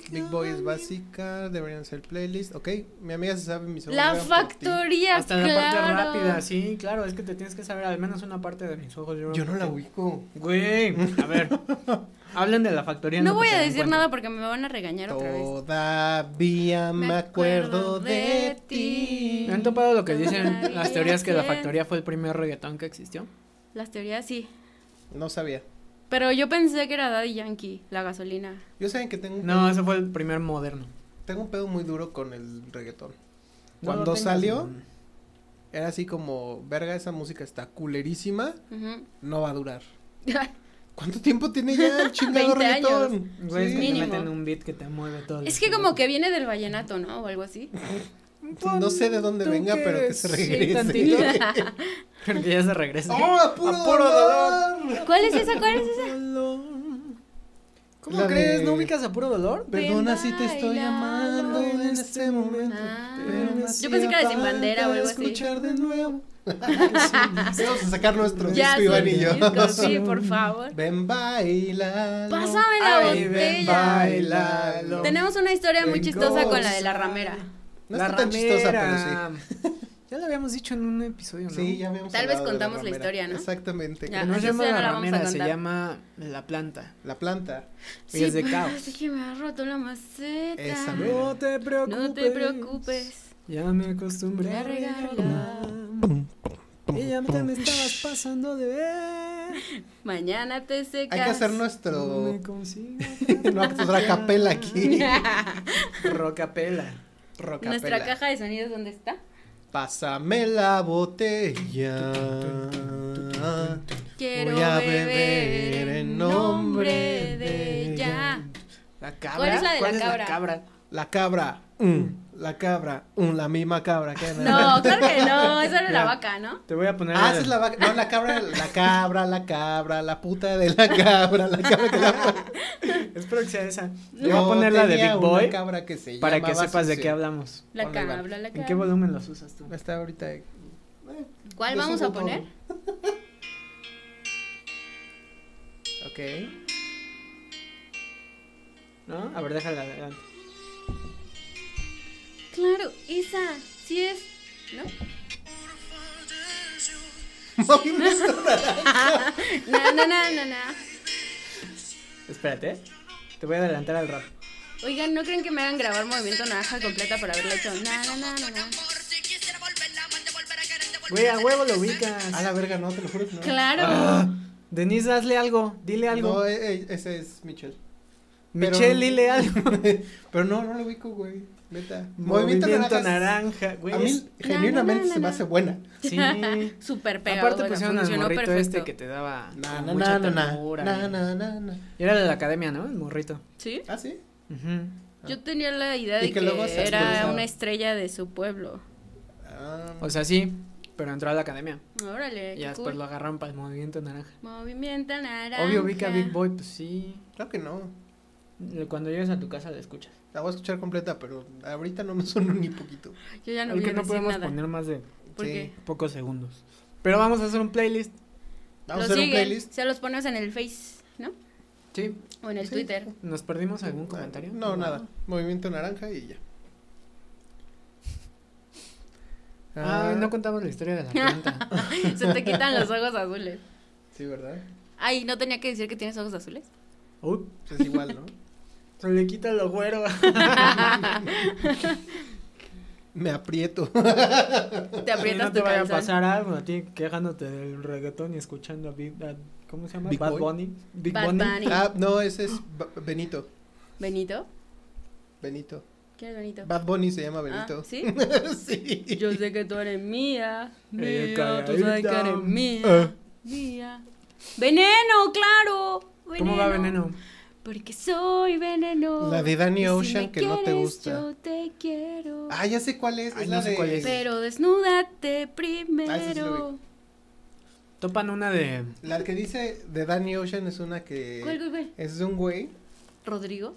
A: Big Boy es básica, deberían ser playlist. Ok, mi amiga se sabe mi
C: La factoría,
B: Hasta la parte
C: claro.
B: rápida, sí, claro, es que te tienes que saber al menos una parte de mis ojos.
A: Yo no la
B: vi.
A: ubico.
B: Güey, a ver. hablen de la factoría. en
C: No
B: lo que
C: voy a
B: te
C: decir
B: encuentro.
C: nada porque me van a regañar otra vez.
A: Todavía me
C: Me
A: acuerdo
C: acuerdo
A: de
C: de
A: ti.
B: ¿No han topado lo que dicen
C: Todavía
B: las teorías que la
C: siento.
B: factoría fue el primer reggaetón que existió?
C: Las teorías sí.
A: No sabía.
C: Pero yo pensé que era Daddy Yankee, la gasolina.
A: Yo saben que tengo un,
B: No, ese fue el primer moderno.
A: pedo, tengo un pedo muy duro con el reggaetón.
B: No
A: Cuando
B: lo tengas,
A: salió,
B: no.
A: Era así como, verga, esa música está culerísima,
C: Ujú.
A: no va a durar. ¿Cuánto tiempo tiene ya el chingado
C: 20 años.
A: reggaetón?
B: Güey, es
A: Sí.
B: que te
C: Mínimo.
B: meten un beat que te mueve todo. el
C: es que
B: estilo.
C: como que viene del vallenato, ¿no? O algo así.
A: No sé de dónde
B: Tú
A: venga, pero que se
B: eres
A: regrese.
B: tantito. Porque ya se regresa.
A: ¡Oh, a puro,
B: A puro
A: dolor!
C: ¿Cuál es esa? ¿Cuál es esa?
B: Dolor. ¿Cómo
A: La
B: crees?
A: de-
B: ¿No ubicas a puro dolor?
A: Perdona si te estoy
C: Bailalo
A: amando en
B: en
A: este
B: este
A: momento.
C: Ah.
A: pero me
C: Yo pensé que era de Sin
A: hacía
C: Bandera o algo
A: falta
C: así.
A: escuchar de nuevo. Vamos a sacar nuestro
C: Ya,
A: disco, Iván
C: sí,
A: y yo.
C: disco, sí, por favor.
A: Ven, baila.
C: Pásame la
B: Ay, ven,
C: botella.
A: bailalo.
C: Tenemos una historia muy
A: Ven,
C: chistosa con la
A: goza.
C: de la ramera.
A: No está tan chistosa, pero
B: pero sí. Ya lo habíamos dicho en un episodio, ¿no?
A: sí. Sí, ya habíamos
C: Tal vez
A: hablado de
C: contamos la
A: ramera.
C: historia, ¿no?
A: Exactamente.
C: Ya.
B: Que no
C: Ah,
B: se
C: sí,
B: llama
C: sí,
B: la
C: ahora la vamos a
B: ramera, se
C: contar.
B: llama la planta.
A: La planta.
B: Y es de
C: pero
B: caos.
C: pues, es que me ha roto la maceta.
A: Esa mera.
B: No te preocupes.
C: No te preocupes.
B: Ya me acostumbré a
C: Voy a regalar.
B: regalar. Y ya te me estabas pasando de ver.
C: Mañana te secas.
A: Hay que hacer
B: No pues,
A: nuestro.
B: me consigo.
A: No, pues, nuestra capela aquí.
B: Rocapela.
A: Rocapela.
C: Nuestra caja de sonidos, ¿dónde está?
A: Pásame la botella.
C: Quiero
A: Voy a
C: beber,
A: beber en
C: en
A: nombre
C: nombre
A: de
C: de ella.
B: La cabra.
C: ¿Cuál es la de la cabra?
A: La cabra. mm, La cabra. mm, La misma cabra. que era-
C: No, claro que no, esa era
B: Ya.
C: la vaca, ¿no?
B: Te voy a poner.
A: Ah, esa es la vaca. No, la cabra, la cabra, la cabra, la puta de la cabra, la cabra que la
B: Espero que sea esa. Te voy a poner la de
A: tenía
B: Big
A: una
B: Boy
A: cabra que se
B: para que
A: llamaba
B: sepas de
A: Susie.
B: qué hablamos.
C: La
A: Ponla, Iván.
C: cabra, la
B: ¿En qué
C: cabra.
B: volumen los usas tú?
A: Está ahorita. eh,
C: ¿Cuál
A: le
C: vamos
A: subo
C: a poner?
A: todo. Ok.
B: ¿No? A ver, déjala adelante.
C: Claro, esa, sí es, ¿no?
A: Movimiento
C: Na, na, na, na, na.
B: Espérate, ¿eh? Te voy a adelantar al rap.
C: Oigan, ¿no creen que me hagan grabar Movimiento Naranja completa para haberlo hecho? Na, na, na, na, na.
B: Güey, a huevo lo ubicas.
A: A la verga, no, te lo juro que no.
C: Claro.
B: Ah, Denise, hazle algo. Dile algo.
A: No, eh, eh, ese es Michelle. pero-
B: Michelle, dile algo.
A: Pero no, no lo ubico, güey. Neta.
B: Movimiento,
A: Naranja es-
B: naranja. Güey,
A: A mí,
B: es-
A: genuinamente,
C: Na, na, na,
A: se me
C: na.
A: hace buena.
B: Sí.
C: Súper pegadora,
B: Aparte pusieron al
C: funcionó
B: morrito
C: perfecto.
B: este que te daba
A: Na,
B: como
A: na, na,
B: mucha
A: na, na,
B: ternura.
A: na,
B: y-
A: na, na, na.
B: Y era de la academia, ¿no? El morrito.
C: ¿Sí?
A: ¿Ah, sí?
B: Ujú.
C: Yo tenía la idea
A: Y
C: de
A: que
C: que,
A: luego se
C: era
A: actualizaba.
C: una estrella de su pueblo.
A: Ah,
B: O sea, sí, pero entró a la academia.
C: Órale,
B: Y ya
C: Eh, qué
B: después
C: cool.
B: lo agarraron para el movimiento naranja.
C: Movimiento naranja.
B: Obvio, ubica a Big Boy, pues sí.
A: Creo que no.
B: Cuando llegues a tu casa la escuchas.
A: La voy a escuchar completa, pero ahorita no me suena ni poquito.
C: Yo ya no
B: El
C: voy
B: que
C: a
B: no
C: decir
B: podemos
C: nada.
B: poner más de
C: ¿Por
A: Sí.
C: qué?
B: pocos segundos. Pero vamos a hacer un playlist.
A: Vamos
C: Lo
A: a hacer un
C: siguen,
A: playlist.
C: Se los pones en el Face, ¿no?
B: Sí.
C: O en el
A: Sí.
C: Twitter.
B: ¿Nos perdimos algún comentario?
A: No, nada. Movimiento naranja y ya.
C: Ah.
B: Ay, no contamos la historia de la planta.
C: Se te quitan los ojos azules.
A: Sí, ¿verdad?
C: Ay, ¿no tenía que decir que tienes ojos azules?
B: Uy,
A: Pues es igual, ¿no?
B: se le quita lo güero.
A: Me aprieto.
C: Te
B: Y
C: aprietas
B: no te
C: tu
B: vaya a
C: calzón.
B: pasar algo a ti quejándote del reggaetón y escuchando a Big a- ¿Cómo se llama?
A: Big
B: Bad
A: Boy.
B: Bunny. Big
C: Bad
B: Bunny.
C: Bunny.
A: Ah, no, ese es Ba- Benito.
C: ¿Benito?
A: Benito.
C: ¿Quién es Benito?
A: Bad Bunny se llama
C: Ah,
A: Benito.
C: ¿Sí?
A: sí.
C: Yo sé que tú eres mía,
B: Eh,
C: mía, tú sabes que
B: cagadita.
C: eres mía,
A: Ah.
C: mía. Veneno, claro. Veneno.
B: ¿Cómo va veneno?
C: Porque soy veneno.
A: La de Danny
C: Y si
A: Ocean
C: me
A: que no te
C: quieres,
A: gusta.
C: Yo te quiero.
A: Ah, ya sé cuál es.
B: Ay,
A: es
B: no
A: la
B: sé
A: de...
B: cuál es.
C: pero desnúdate primero.
A: Ah, ese sí lo
B: Topan una de.
A: La que dice de Danny Ocean es una que.
C: ¿Cuál, cuál, cuál?
A: Es de un güey.
C: ¿Rodrigo?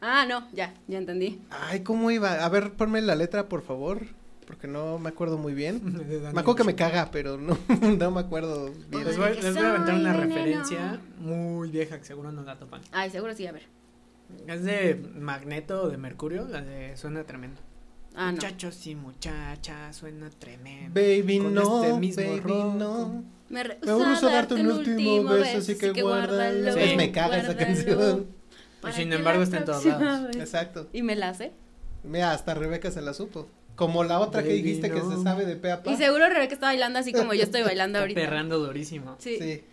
C: Ah, no, ya, ya entendí.
A: Ay, ¿cómo iba? A ver, ponme la letra, por favor. Porque no me acuerdo muy bien.
B: de Dani
A: Me acuerdo que me
B: Ocean.
A: caga, pero no, no me acuerdo bien.
B: Les voy, les voy a aventar una
C: Soy veneno.
B: referencia muy vieja que seguro no la topan.
C: Ay, seguro sí, a ver.
B: Es de Magneto o de Mercurio, la de suena tremendo.
C: Ah, no.
B: Muchachos y muchachas, suena tremendo.
A: Baby,
B: Con
A: no,
B: este mismo
A: baby,
B: rock.
A: no.
C: Me rehúso,
A: Me gusta darte un último beso, así que
C: guárdalo,
A: guárdalo.
B: Sí.
A: Me caga esa
C: guárdalo,
A: canción.
C: para
B: Sin
C: que
B: embargo,
C: la
B: está en todos
C: próxima
B: lados.
C: vez-
A: Exacto.
C: Y me la hace.
A: Mira, hasta Rebeca se la supo. Como la otra que
B: Baby,
A: dijiste que
B: no.
A: se sabe de pe a pa.
C: Y seguro Rebeca está bailando así como yo estoy bailando
B: Está
C: ahorita.
B: perrando durísimo.
C: Sí.
A: Sí.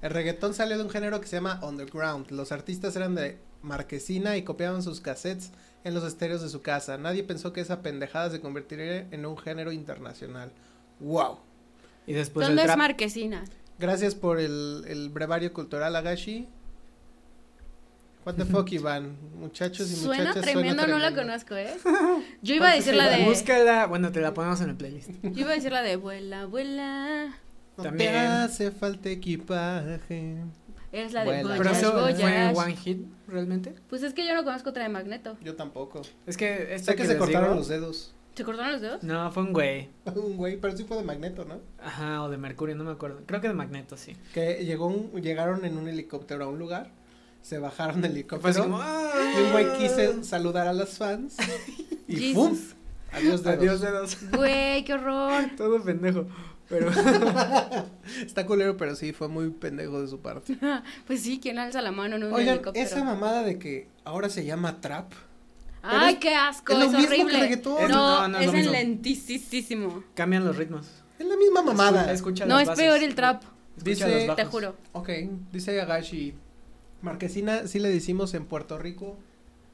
A: El reggaetón salió de un género que se llama underground. Los artistas eran de marquesina y copiaban sus cassettes en los estéreos de su casa. Nadie pensó que esa pendejada se convertiría en un género internacional. ¡Wow!
B: Y
A: pues
B: después el
C: ¿Dónde es
B: trap.
C: Marquesina?
A: Gracias por el, el brevario cultural, Agashi. What the fuck, Iván. Muchachos y
C: Suena
A: muchachas.
C: tremendo, no la
A: tremendo.
C: conozco, ¿eh? Yo iba a decir la de.
B: Búscala. Bueno, te la ponemos en el playlist.
C: Yo iba a decir la de vuela, vuela.
A: No
B: También.
A: te hace falta equipaje.
C: Es la de
A: Vuela.
B: Pero
A: Las
C: Goyas,
B: eso fue
C: Goyas.
B: One Hit, realmente.
C: Pues es que yo no conozco otra de Magneto.
A: Yo tampoco.
B: Es que esta
A: Sé que, se
B: les
A: cortaron
B: digo-
A: los dedos.
C: ¿Se cortaron los dedos?
B: No, fue un güey.
A: Un güey, pero sí fue de magneto, ¿no?
B: Ajá, o de Mercurio, no me acuerdo. Creo que de Magneto, sí.
A: Que llegó un- llegaron en un helicóptero a un lugar, se bajaron del
B: Fue así
A: helicóptero
B: como. ¡ah!
A: y un güey quiso saludar a las fans y
C: Jesus.
A: ¡pum! Adiós dedos.
B: Adiós dedos.
C: Güey, qué horror.
B: Todo pendejo. Pero
A: Está culero, pero sí, fue muy pendejo de su parte.
C: Pues sí, ¿quién alza la mano en un
A: Oigan,
C: helicóptero?
A: esa mamada de que ahora se llama trap.
C: Ay,
A: Pero es-
C: qué asco,
A: es lo
C: es,
A: mismo que
C: horrible.
A: reggaetón.
B: No,
C: No,
B: no es
C: es,
B: lo
C: en
B: mismo.
C: lentísimo.
B: cambian los ritmos.
A: Es la misma mamada.
B: Escucha
C: No,
B: las
C: es
B: bases.
C: peor el trap,
B: Escucha
A: Dice-
B: los bajos.
C: te juro.
A: Ok, dice Agashi. Marquesina, sí le decimos en Puerto Rico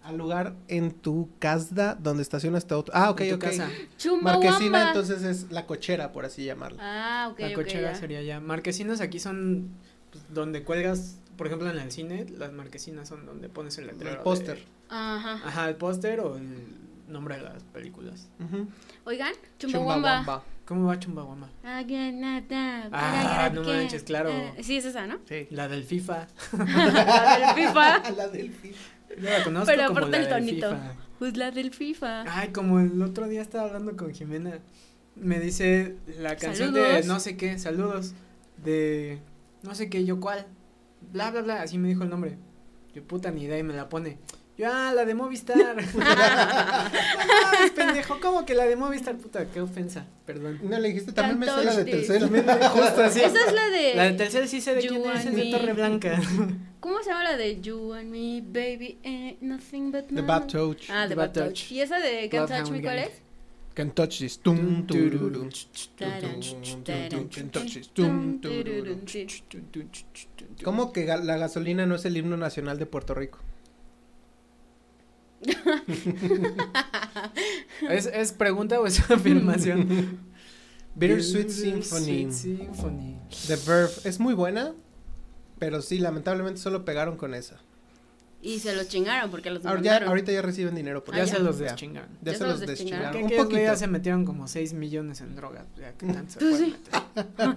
A: al lugar en tu casda donde estacionas tu auto. Ah, ok,
B: En tu
A: ok.
B: casa.
A: Marquesina
C: Chumbawamba.
A: entonces es la cochera, por así llamarla.
C: Ah, ok,
B: la
C: ok,
B: cochera
C: ya.
B: sería ya. Marquesinas aquí son pues, donde cuelgas, por ejemplo, en el cine, las marquesinas son donde pones el letrero.
A: el eh,
B: de-
A: póster.
C: Ajá.
B: Ajá, el póster o el nombre de las películas.
A: Ujú.
C: Oigan, Chumbawamba.
A: Chumbawamba.
B: ¿Cómo va Chumbawamba?
C: Ah,
B: no manches, claro.
C: Sí, es esa, ¿no?
A: Sí.
B: La del FIFA.
C: La del FIFA.
A: la del FIFA.
B: Yo la conozco
C: Pero
B: como
C: aparte
B: la del
C: el tonito.
B: FIFA.
C: Pues la del
A: Ah,
C: FIFA.
B: Ay, como el otro día estaba hablando con Jimena, me dice la canción de
C: Saludos.
B: no sé qué, saludos, de no sé qué, yo cuál, bla, bla, bla, así me dijo el nombre. Yo puta ni idea y me la pone. Yo, ah, la de Movistar. ah, pendejo, ¿cómo que la de Movistar? Puta, qué ofensa, perdón.
A: No le dijiste, también me sé la de
C: Cantoche.
A: tercero.
B: Justo así.
C: Esa es la de.
B: La de Telcel sí sé de
C: You
B: quién es, es
C: and
B: de
C: me.
B: Torre Blanca.
C: ¿Cómo se llama la de You and Me, Baby? Ain't nothing but
A: The
C: my-
A: Bad Touch.
C: Ah, The Bad Touch. ¿Y esa de Can't Touch Me cuál es?
A: Can touch this. Tum, tururú.
C: Tarán, tarán,
A: Can touch this.
C: tum,
A: Tum,
C: tururú,
A: tururú.
C: sí.
A: ¿Cómo que ga- la gasolina no es el himno nacional de Puerto Rico?
B: ¿Es, ¿Es pregunta o es afirmación?
A: Bittersweet Symphony.
B: Symphony.
A: The Verve. Es muy buena, pero sí, lamentablemente solo pegaron con esa.
C: Y se los chingaron porque los
A: Ahora ya-
C: mandaron.
A: ahorita ya reciben dinero por
C: Ah,
B: ya,
A: eso.
B: se los
A: Ya.
B: deschingaron.
A: Ya, se los deschingaron.
C: Ah,
B: Que
A: Un
B: aquellos
A: poquito.
B: güeyes se metieron como 6 millones en drogas. Ya, ¿qué tanto se
C: Pues
B: puede
C: sí.
B: meter?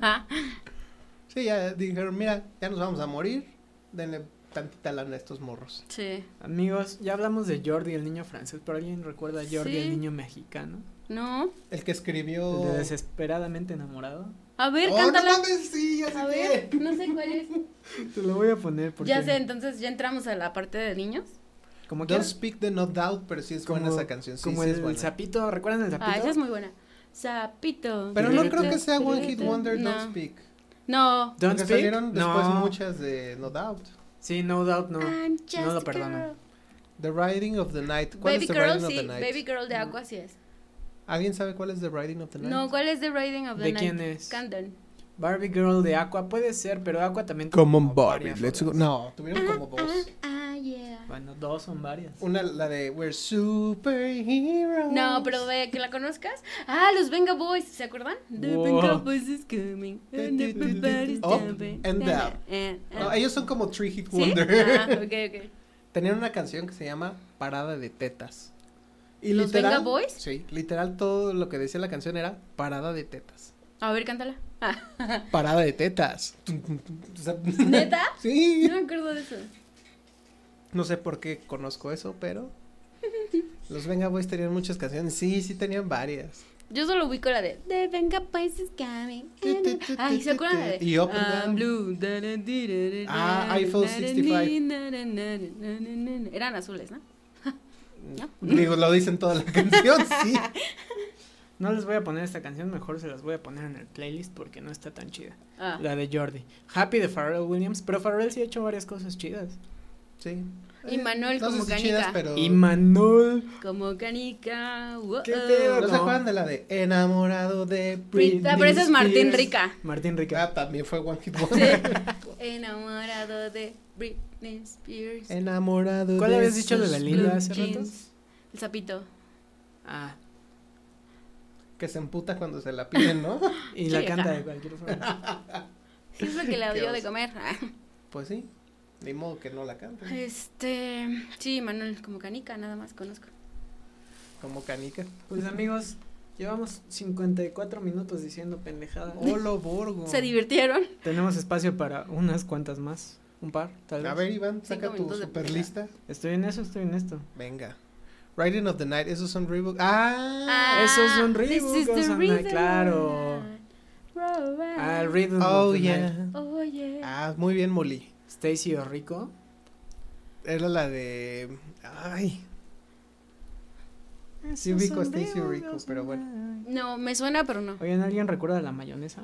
A: Sí, ya dijeron, mira, ya nos vamos a morir. Denle tantita lana a estos morros.
C: sí.
B: Amigos, ya hablamos de Jordi, el niño francés, pero ¿alguien recuerda a Jordi,
C: Sí.
B: el niño mexicano?
C: No.
A: El que escribió.
B: El de desesperadamente enamorado.
C: A ver,
A: ¡Oh, no
C: cántala.
A: mames! Sí, ya
C: a
A: sé
C: ver,
A: qué.
C: no sé cuál es.
B: Te lo voy a poner porque...
C: Ya sé, entonces ya entramos a la parte de niños.
B: Como
A: Don't
B: quieras.
A: speak the no doubt, pero sí es buena
B: Como-
A: esa canción. Sí,
B: como
A: sí
B: el,
A: es buena.
B: sapito, ¿recuerdan el sapito?
C: Ah, esa es muy buena. Sapito.
A: Pero no creo que sea One Hit
C: No.
A: Wonder Don't Speak.
C: No.
B: Don't
A: porque
B: Speak.
A: salieron después
B: no.
A: muchas de No Doubt.
B: Sí, No Doubt, no.
C: I'm just
B: No lo
C: a
B: perdono.
C: girl.
A: The Riding of the Night. ¿Cuál
C: Baby
A: es The
C: Girl,
A: Riding
C: sí.
A: of the Night?
C: Baby Girl de Aqua, sí es.
A: ¿Alguien sabe cuál es The Riding of the Night?
C: No, ¿cuál es The Riding of the
B: ¿De
C: Night?
B: quién es?
C: Cantan.
B: Barbie Girl de Aqua puede ser, pero Aqua también... tuvo
A: Come on,
B: como
A: Barbie,
B: varias
A: let's go.
B: rolas.
A: No, tuvieron como dos.
C: Ah, yeah.
B: Bueno, dos son varias.
A: Una, la de We're Superheroes.
C: No, pero de que la conozcas. Ah, los Venga Boys, ¿se acuerdan? The
B: Wow.
C: Venga Boys is coming and everybody's
A: Up
C: jumping.
A: Oh, and down.
C: Eh, eh.
A: No, ellos son como Three Hit
C: ¿Sí?
A: Wonder.
C: Ah, ok, ok.
A: Tenían una canción que se llama Parada de Tetas. Y
C: ¿Los Venga Boys?
A: Sí, literal todo lo que decía la canción era Parada de Tetas.
C: A ver, cántala. Ah,
A: Parada de Tetas. Tum, tum, tum. O sea,
C: ¿Neta?
A: sí.
C: No me acuerdo de eso.
A: No sé por qué conozco eso, pero. Los Venga Boys tenían muchas canciones. Sí, sí tenían varias.
C: Yo solo ubico la de The Venga pues, Boys is coming. and- Ay, ¿se acuerdan la de?
A: Y
B: pues,
A: Up and
C: I'm
A: Down.
C: blue, da, da, di, da, da,
A: Ah,
C: da,
A: I Feel
C: da, da,
A: 65.
C: di, da, da, da, da, da, da. Eran azules, ¿no? ¿No?
A: Digo, lo dicen toda la canción, sí.
B: No les voy a poner esta canción, mejor se las voy a poner en el playlist porque no está tan chida.
C: Ah.
B: La de Jordi. Happy de Pharrell Williams, pero Pharrell sí ha hecho varias cosas chidas.
A: Sí.
C: Y Manuel
A: no sé
C: como
A: si chidas,
C: canica.
A: pero-
B: Y Manuel.
C: Como canica. uh, oh. wow.
B: ¿Qué pedo?
A: ¿No se
B: No.
A: acuerdan de la de Enamorado de Britney?
C: Britney Ah, pero ese es Martín
B: Spears.
C: Rica.
B: Martín
A: Ah,
B: Rica.
A: también fue One Hit
C: Sí.
A: Wonder.
C: Enamorado de Britney Spears.
A: Enamorado
B: ¿Cuál
A: de
B: habías dicho de
A: sus
B: Belinda
A: blu-
B: hace rato?
C: jeans. El sapito.
B: Ah,
A: Que se emputa cuando se la piden, ¿no?
B: y la
C: Sí,
B: canta
C: ajá.
B: de cualquier forma.
C: Sí, es lo que le
A: Qué
C: dio de
A: oso.
C: comer. Ah,
A: Pues sí. Ni modo que no la cante.
C: Este. Sí, Manuel, como canica, nada más conozco.
A: Como canica.
B: Pues amigos, llevamos 54 minutos diciendo pendejada.
A: Olo
B: Oh.
A: Borgo.
C: Se divirtieron.
B: Tenemos espacio para unas cuantas más. Un par, tal vez.
A: A ver, Iván, saca tu
C: minutos de
A: super
C: pena.
A: lista.
B: Estoy en eso, estoy en esto.
A: Venga. Riding of the Night, esos son Reebok. ¡Ah!
B: eso es un
C: this
B: reboot,
C: is the
B: Osana,
C: reason
B: claro.
C: why. Robert.
B: Ah, el Rhythm of
A: oh,
B: the
A: yeah.
B: Night.
C: Oh, yeah.
A: Ah, muy bien, Molly.
B: Stacy Orrico.
A: Era la de. Ay. Sí
B: Esos
A: ubico a
B: son
A: Stacy
B: Reebok,
A: Rico, pero bueno.
B: Osana.
C: No, me suena, pero no.
B: Oigan, ¿alguien recuerda la mayonesa?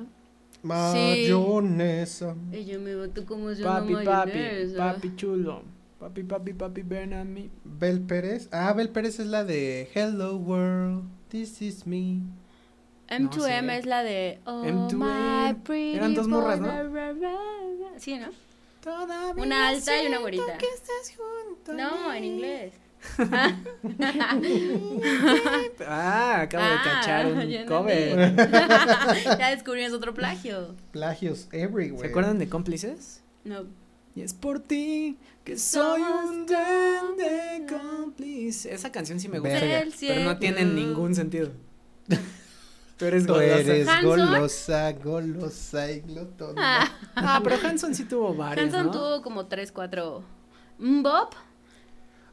A: Mayonesa.
C: Y yo me voto como yo
B: papi,
C: no
B: papi,
C: mayonesa.
B: papi chulo. Papi, papi, papi, ven a mí.
A: Bel Pérez. Ah, Bel Pérez es la de Hello World, This Is Me.
C: M2M
B: No sé.
C: es la de Oh, my
B: M2M.
C: pretty
B: Eran dos
C: boy,
B: morras, ¿no?
C: ra, ra, ra, ra. Sí, ¿no?
B: Todavía
C: Una alta y una
B: siento
C: güerita.
B: que estás junto a
C: No, en
B: mí.
C: inglés.
B: Ah, acabo de
C: Ah,
B: cachar
C: ya
B: un
C: entendí.
B: cover.
C: ya descubrí es otro plagio.
A: Plagios everywhere.
B: ¿Se acuerdan de cómplices?
C: No.
B: Y es por ti que soy
C: Somos
B: un grande cómplice. Esa canción sí me gusta,
A: Verga.
C: Del
B: pero no tiene
C: cielo.
B: ningún sentido. Tú eres
A: Tú
B: golosa.
A: eres
C: ¿Hanson?
A: golosa, golosa y glotona.
C: Ah,
B: Ah, pero Hanson sí tuvo varios,
C: Hanson
B: ¿no?
C: tuvo como 3, 4. Bob.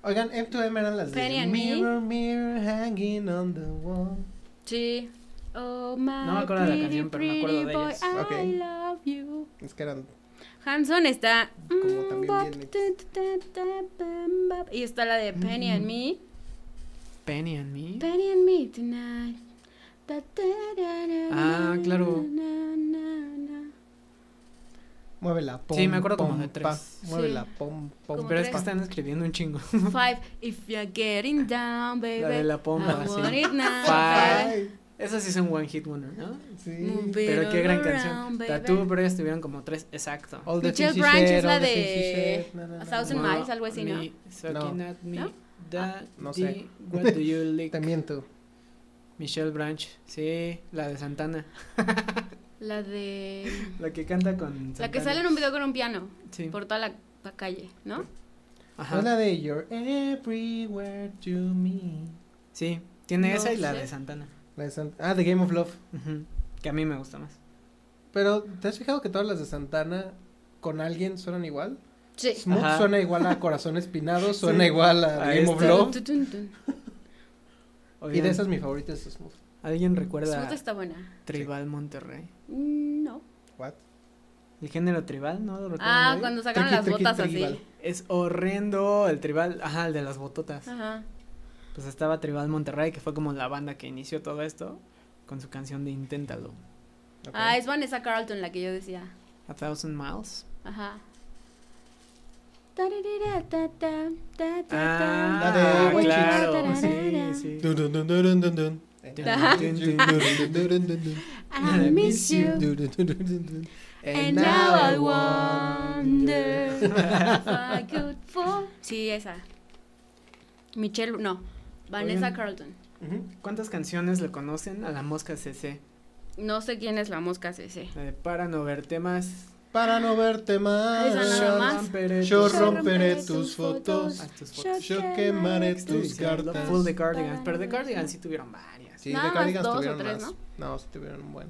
A: Oigan, M2M eran las
C: Penny
A: de
C: and me.
A: Mirror, Mirror, Hanging on the Wall.
C: Sí. Oh, my
B: No me acuerdo de la
C: pretty,
B: canción, pero me acuerdo
C: pretty
B: de
C: boy,
B: ellas.
C: I
A: Ok.
C: love you.
A: Es que eran
C: Hanson está.
A: Como también
C: bop,
A: viene.
C: tu, tu, tu, tu, bam, bop. Y está la de Penny
B: Mm.
C: and Me.
B: Penny and Me.
C: Penny and Me tonight. Ta, ta, ra, ra,
B: Ah,
C: na,
B: claro.
C: na, na, na.
A: Muévela, pom.
B: Sí, me acuerdo como de
A: pom,
B: tres.
A: pa.
B: Sí.
A: Muévela, pom, pom.
C: Como
B: Pero es
C: tres.
B: que están escribiendo un chingo.
C: Five, if you're getting down, baby.
B: La de la pomba,
C: I
B: sí.
C: want it now,
B: Five.
C: baby.
A: Ay,
B: Esas sí son One Hit Wonder, ¿no?
A: sí.
C: Move it
B: Pero qué
C: all
B: gran
C: around,
B: canción.
C: baby.
B: Tattoo, pero ellas tuvieron como tres, exacto.
A: All the
C: Michelle
A: things she
C: Branch
A: said,
C: es la
A: all the things she
C: de
A: said, na, na, na,
C: Thousand
A: na.
C: Miles. algo así, ¿no?
B: Me Sucking
A: No. Ah,
B: at me.
C: ¿No?
B: that
A: no sé.
B: dick, What do you lick?
A: También tú.
B: Michelle Branch. Sí, la de Santana.
C: La de.
B: La que canta con Santana.
C: La que sale en un video con un piano.
B: Sí.
C: Por toda la, la calle, ¿no?
A: No
B: Ajá.
A: es la de You're Everywhere to Me.
B: Sí, tiene
C: No
B: esa y la
C: sé.
B: de Santana.
A: La de Sant- ah, The Game of Love.
B: Ujú, Que a mí me gusta más.
A: Pero, ¿te has fijado que todas las de Santana con alguien suenan igual?
C: Sí.
A: Smooth
B: Ajá.
A: suena igual a Corazón Espinado, suena
B: Sí.
A: igual a The
B: A
A: Game of
B: este.
A: Love.
C: Tun, tun, tun.
A: Y
B: Oigan,
A: de esas mi favorita es Smooth.
B: ¿Alguien recuerda
C: Smooth está buena.
B: Tribal Monterrey?
C: Mm, No.
A: What?
B: El género tribal, ¿no? ¿Lo recuerdan
C: Ah,
B: nadie?
C: cuando sacaron
A: Triqui,
C: las
A: triqui,
C: botas
A: tribal.
C: así.
B: Es horrendo el tribal, ajá, el de las bototas.
C: Ajá.
B: Pues estaba Tribal Monterrey, que fue como la banda que inició todo esto, con su canción de Inténtalo.
A: Ok.
C: Ah, es Vanessa Carlton la que yo decía.
B: A Thousand Miles.
C: Ajá. Taririra, ta, ta, ta, ta, ta.
A: Ah,
C: Tarara,
B: claro,
C: tarara.
B: sí, sí.
A: Dun, dun, dun, dun, dun, dun.
B: Ajá.
A: Eh, Dun, dun, dun, dun, dun, dun, dun.
C: I miss you.
A: Dun, dun, dun, dun, dun, dun.
C: And now I wonder if I could fall. Sí, esa. Michelle, no. Vanessa
B: Oigan.
C: Carlton.
A: Ujú.
B: ¿Cuántas canciones le conocen a la mosca CC?
C: No sé quién es la mosca CC.
B: La de Para no verte más.
A: Para no verte más.
C: Esa nada
A: yo
C: más.
B: romperé
A: Yo
B: tus-
A: romperé tus fotos.
B: Haz tus fotos.
A: Yo quemaré tus
B: Sí, lo
A: cartas.
B: Full de Cardigans, pero de Cardigans sí tuvieron varias.
A: Sí,
C: Nada
A: de
C: más
A: Cardigans
C: dos o
A: tuvieron
C: tres,
A: más. No, sí tuvieron un buen.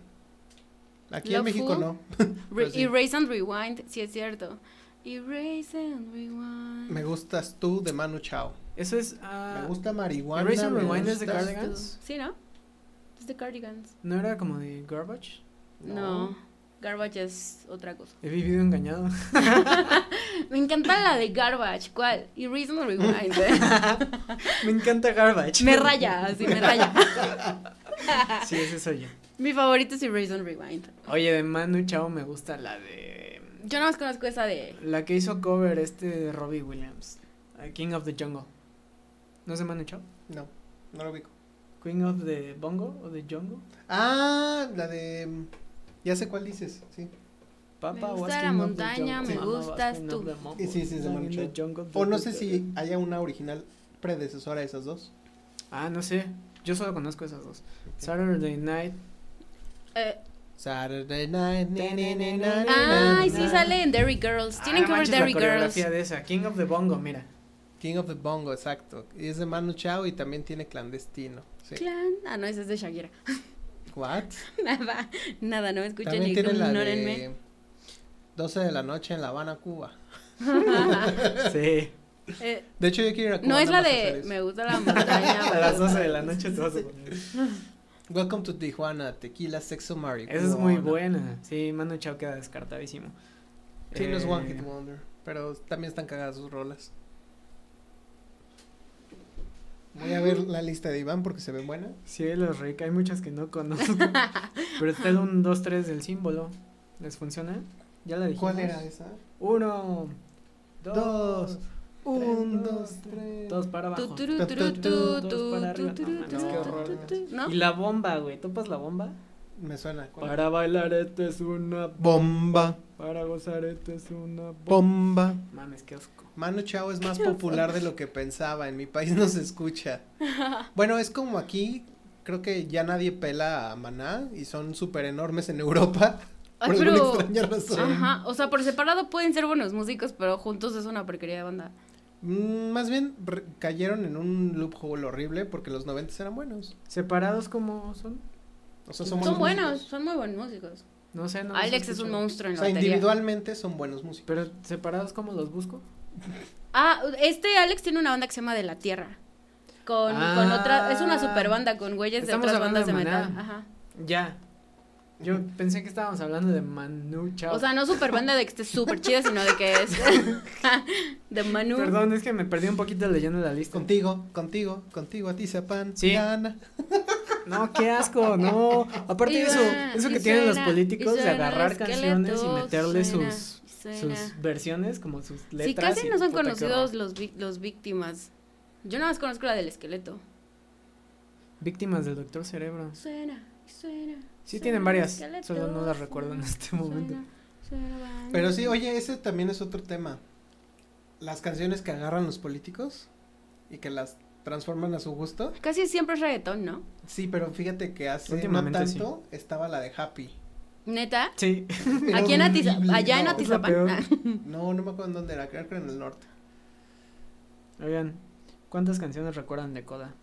A: Aquí en
C: Love
A: México
C: Fool.
A: no.
C: Re-
A: Pero sí.
C: Erase and Rewind, sí es cierto. Erase and Rewind.
A: Me gustas tú de Manu Chao.
B: Eso es. ah,
A: me gusta marihuana.
B: Erase and
A: me
B: Rewind es de
A: gustas
B: Cardigans.
C: Sí, ¿no? Es de Cardigans.
B: ¿No era como de Garbage?
A: tú.
C: No. Garbage es otra cosa.
B: He vivido engañado.
C: Me encanta la de Garbage. ¿Cuál? Erase and Rewind. ¿eh?
B: Me encanta Garbage.
C: me raya, así me raya.
B: Sí, ese soy yo.
C: Mi favorito es Erase and Rewind.
B: Oye, de Manu Chao me gusta la de.
C: Yo nada más conozco esa de.
B: La que hizo cover este de Robbie Williams. eh, King of the Jungle. ¿No es de Manu Chao?
A: No, no lo ubico.
B: ¿Queen of the Bongo o the Jungle?
A: Ah, la de. mm, Ya sé cuál dices, sí.
C: Me
B: Papa
C: gusta
B: was
C: la
B: King of the
C: montaña,
B: Jungle.
A: me
B: Mama was
C: gustas
B: Queen
C: tú.
B: of the Mambo.
A: Sí, sí, sí, es de Manu
B: In the jungle,
A: O
B: the-
A: no
B: the-
A: sé si haya una original predecesora de esas dos.
B: Ah, no sé. Yo solo conozco esas dos. Saturday Night.
C: eh,
A: Saturday night. ni, ni, ni, na, ni, na,
C: ay,
A: na,
C: Ah, sí
A: na.
C: sale en Derry Girls. Tienen
B: Ah,
C: que ver
B: manches,
C: Derry
B: la
C: Girls.
B: coreografía de esa. King of the Bongo, mira.
A: King of the Bongo, exacto. Y es de Manu Chao y también tiene clandestino. Sí.
C: Clan. Ah, no, esa es de Shakira.
A: What?
C: nada, nada, no me escuchen
A: También
C: ni
A: tiene la
C: ignórenme.
A: de 12 de la noche en La Habana, Cuba.
B: Sí.
C: Eh,
A: De hecho, yo quiero ir a Cuba.
C: no es la
A: nada más a hacer
C: de.
A: eso.
C: Me gusta la montaña.
B: A las 12 de la noche te vas a poner.
A: Welcome to Tijuana, tequila, sexo, marihuana.
B: Esa es muy buena. Sí, Manu Chao queda descartadísimo.
A: Sí, no es One
B: Eh,
A: Hit Wonder, pero también están cagadas sus rolas. Voy a ver la lista de Iván porque se ve buena.
B: Sí, los Rick, hay muchas que no conozco. Pero está el 1, 2, 3 del símbolo. ¿Les funciona? Ya la dijimos.
A: ¿Cuál era esa?
B: 1, 2,
A: Dos, Un,
B: tres,
A: dos, tres.
B: 2 para abajo.
C: Tu, tu, tu, tu, tu, tu, tu, tu, tu,
A: No, qué horror.
C: tu, tu, tu, ¿No?
B: Y la bomba, güey. ¿Topas la bomba?
A: Me suena. ¿cuál?
B: Para bailar esta es una bomba.
A: Bomba,
B: Para gozar esta es una bomba.
A: bomba.
B: Mames, qué osco.
A: Manu Chao es más popular de lo que pensaba. En mi país no se escucha. Bueno, es como aquí. Creo que ya nadie pela a Maná y son súper enormes en Europa.
C: Ay,
A: por alguna
C: Ah, pero.
A: extraña razón.
C: Ajá, o sea, por separado pueden ser buenos músicos, pero juntos es una porquería de banda.
A: Mm, Más bien re- cayeron en un loophole horrible porque los 90 eran buenos.
B: ¿Separados como son?
A: O sea, son
C: Son
A: buenos.
C: buenos,
A: músicos.
C: son muy buenos músicos.
B: No sé, no. los he
C: Alex es un
B: escuchado.
A: O
C: monstruo en la
A: sea,
C: batería.
A: individualmente son buenos músicos.
B: Pero separados como los busco.
C: Ah, este Alex tiene una banda que se llama De la Tierra. Con, con
B: Ah.
C: otra, es una super banda con güeyes de
B: Estamos
C: otras
B: hablando
C: bandas de
B: de Maná.
C: metal. Ajá.
B: Ya. Yo pensé que estábamos hablando de Manu Chao.
C: O sea, no super banda de que esté súper chida, sino de que es de Manu.
B: Perdón, es que me perdí un poquito leyendo la lista.
A: Contigo, contigo, contigo, a ti, Zapan.
B: Sí.
A: Lana.
B: No, qué asco, no. Aparte de eso,
C: Iba,
B: eso que
C: y
B: tienen los
C: suena,
B: políticos
C: y
B: de
C: suena
B: agarrar
C: esqueleto,
B: canciones y meterle
C: suena,
B: sus,
C: y suena.
B: sus versiones, como sus letras.
C: Sí, casi
B: y
C: no son
B: puta, qué
C: conocidos
B: horror.
C: los, vi- los víctimas. Yo nada más conozco la del esqueleto.
B: Víctimas del Doctor Cerebro.
C: Suena, y suena.
B: Sí,
C: suena
B: tienen
C: el
B: varias,
C: esqueleto,
B: solo no las recuerdo en este
C: suena,
B: momento.
C: suena, banda.
A: Pero sí, oye, ese también es otro tema. Las canciones que agarran los políticos y que las transforman a su gusto.
C: Casi siempre es reggaetón, ¿no?
A: Sí, pero fíjate que hace no
B: Últimamente, sí.
A: tanto estaba la de Happy.
C: Neta.
B: Sí,
A: Era
C: Aquí en Atiza-
A: horrible,
C: allá en
A: no.
B: Atiza-
C: Atizapan.
B: peor.
C: Ah,
A: No, no me acuerdo en dónde era, creo que en el norte.
B: oigan, ¿cuántas canciones recuerdan de Coda?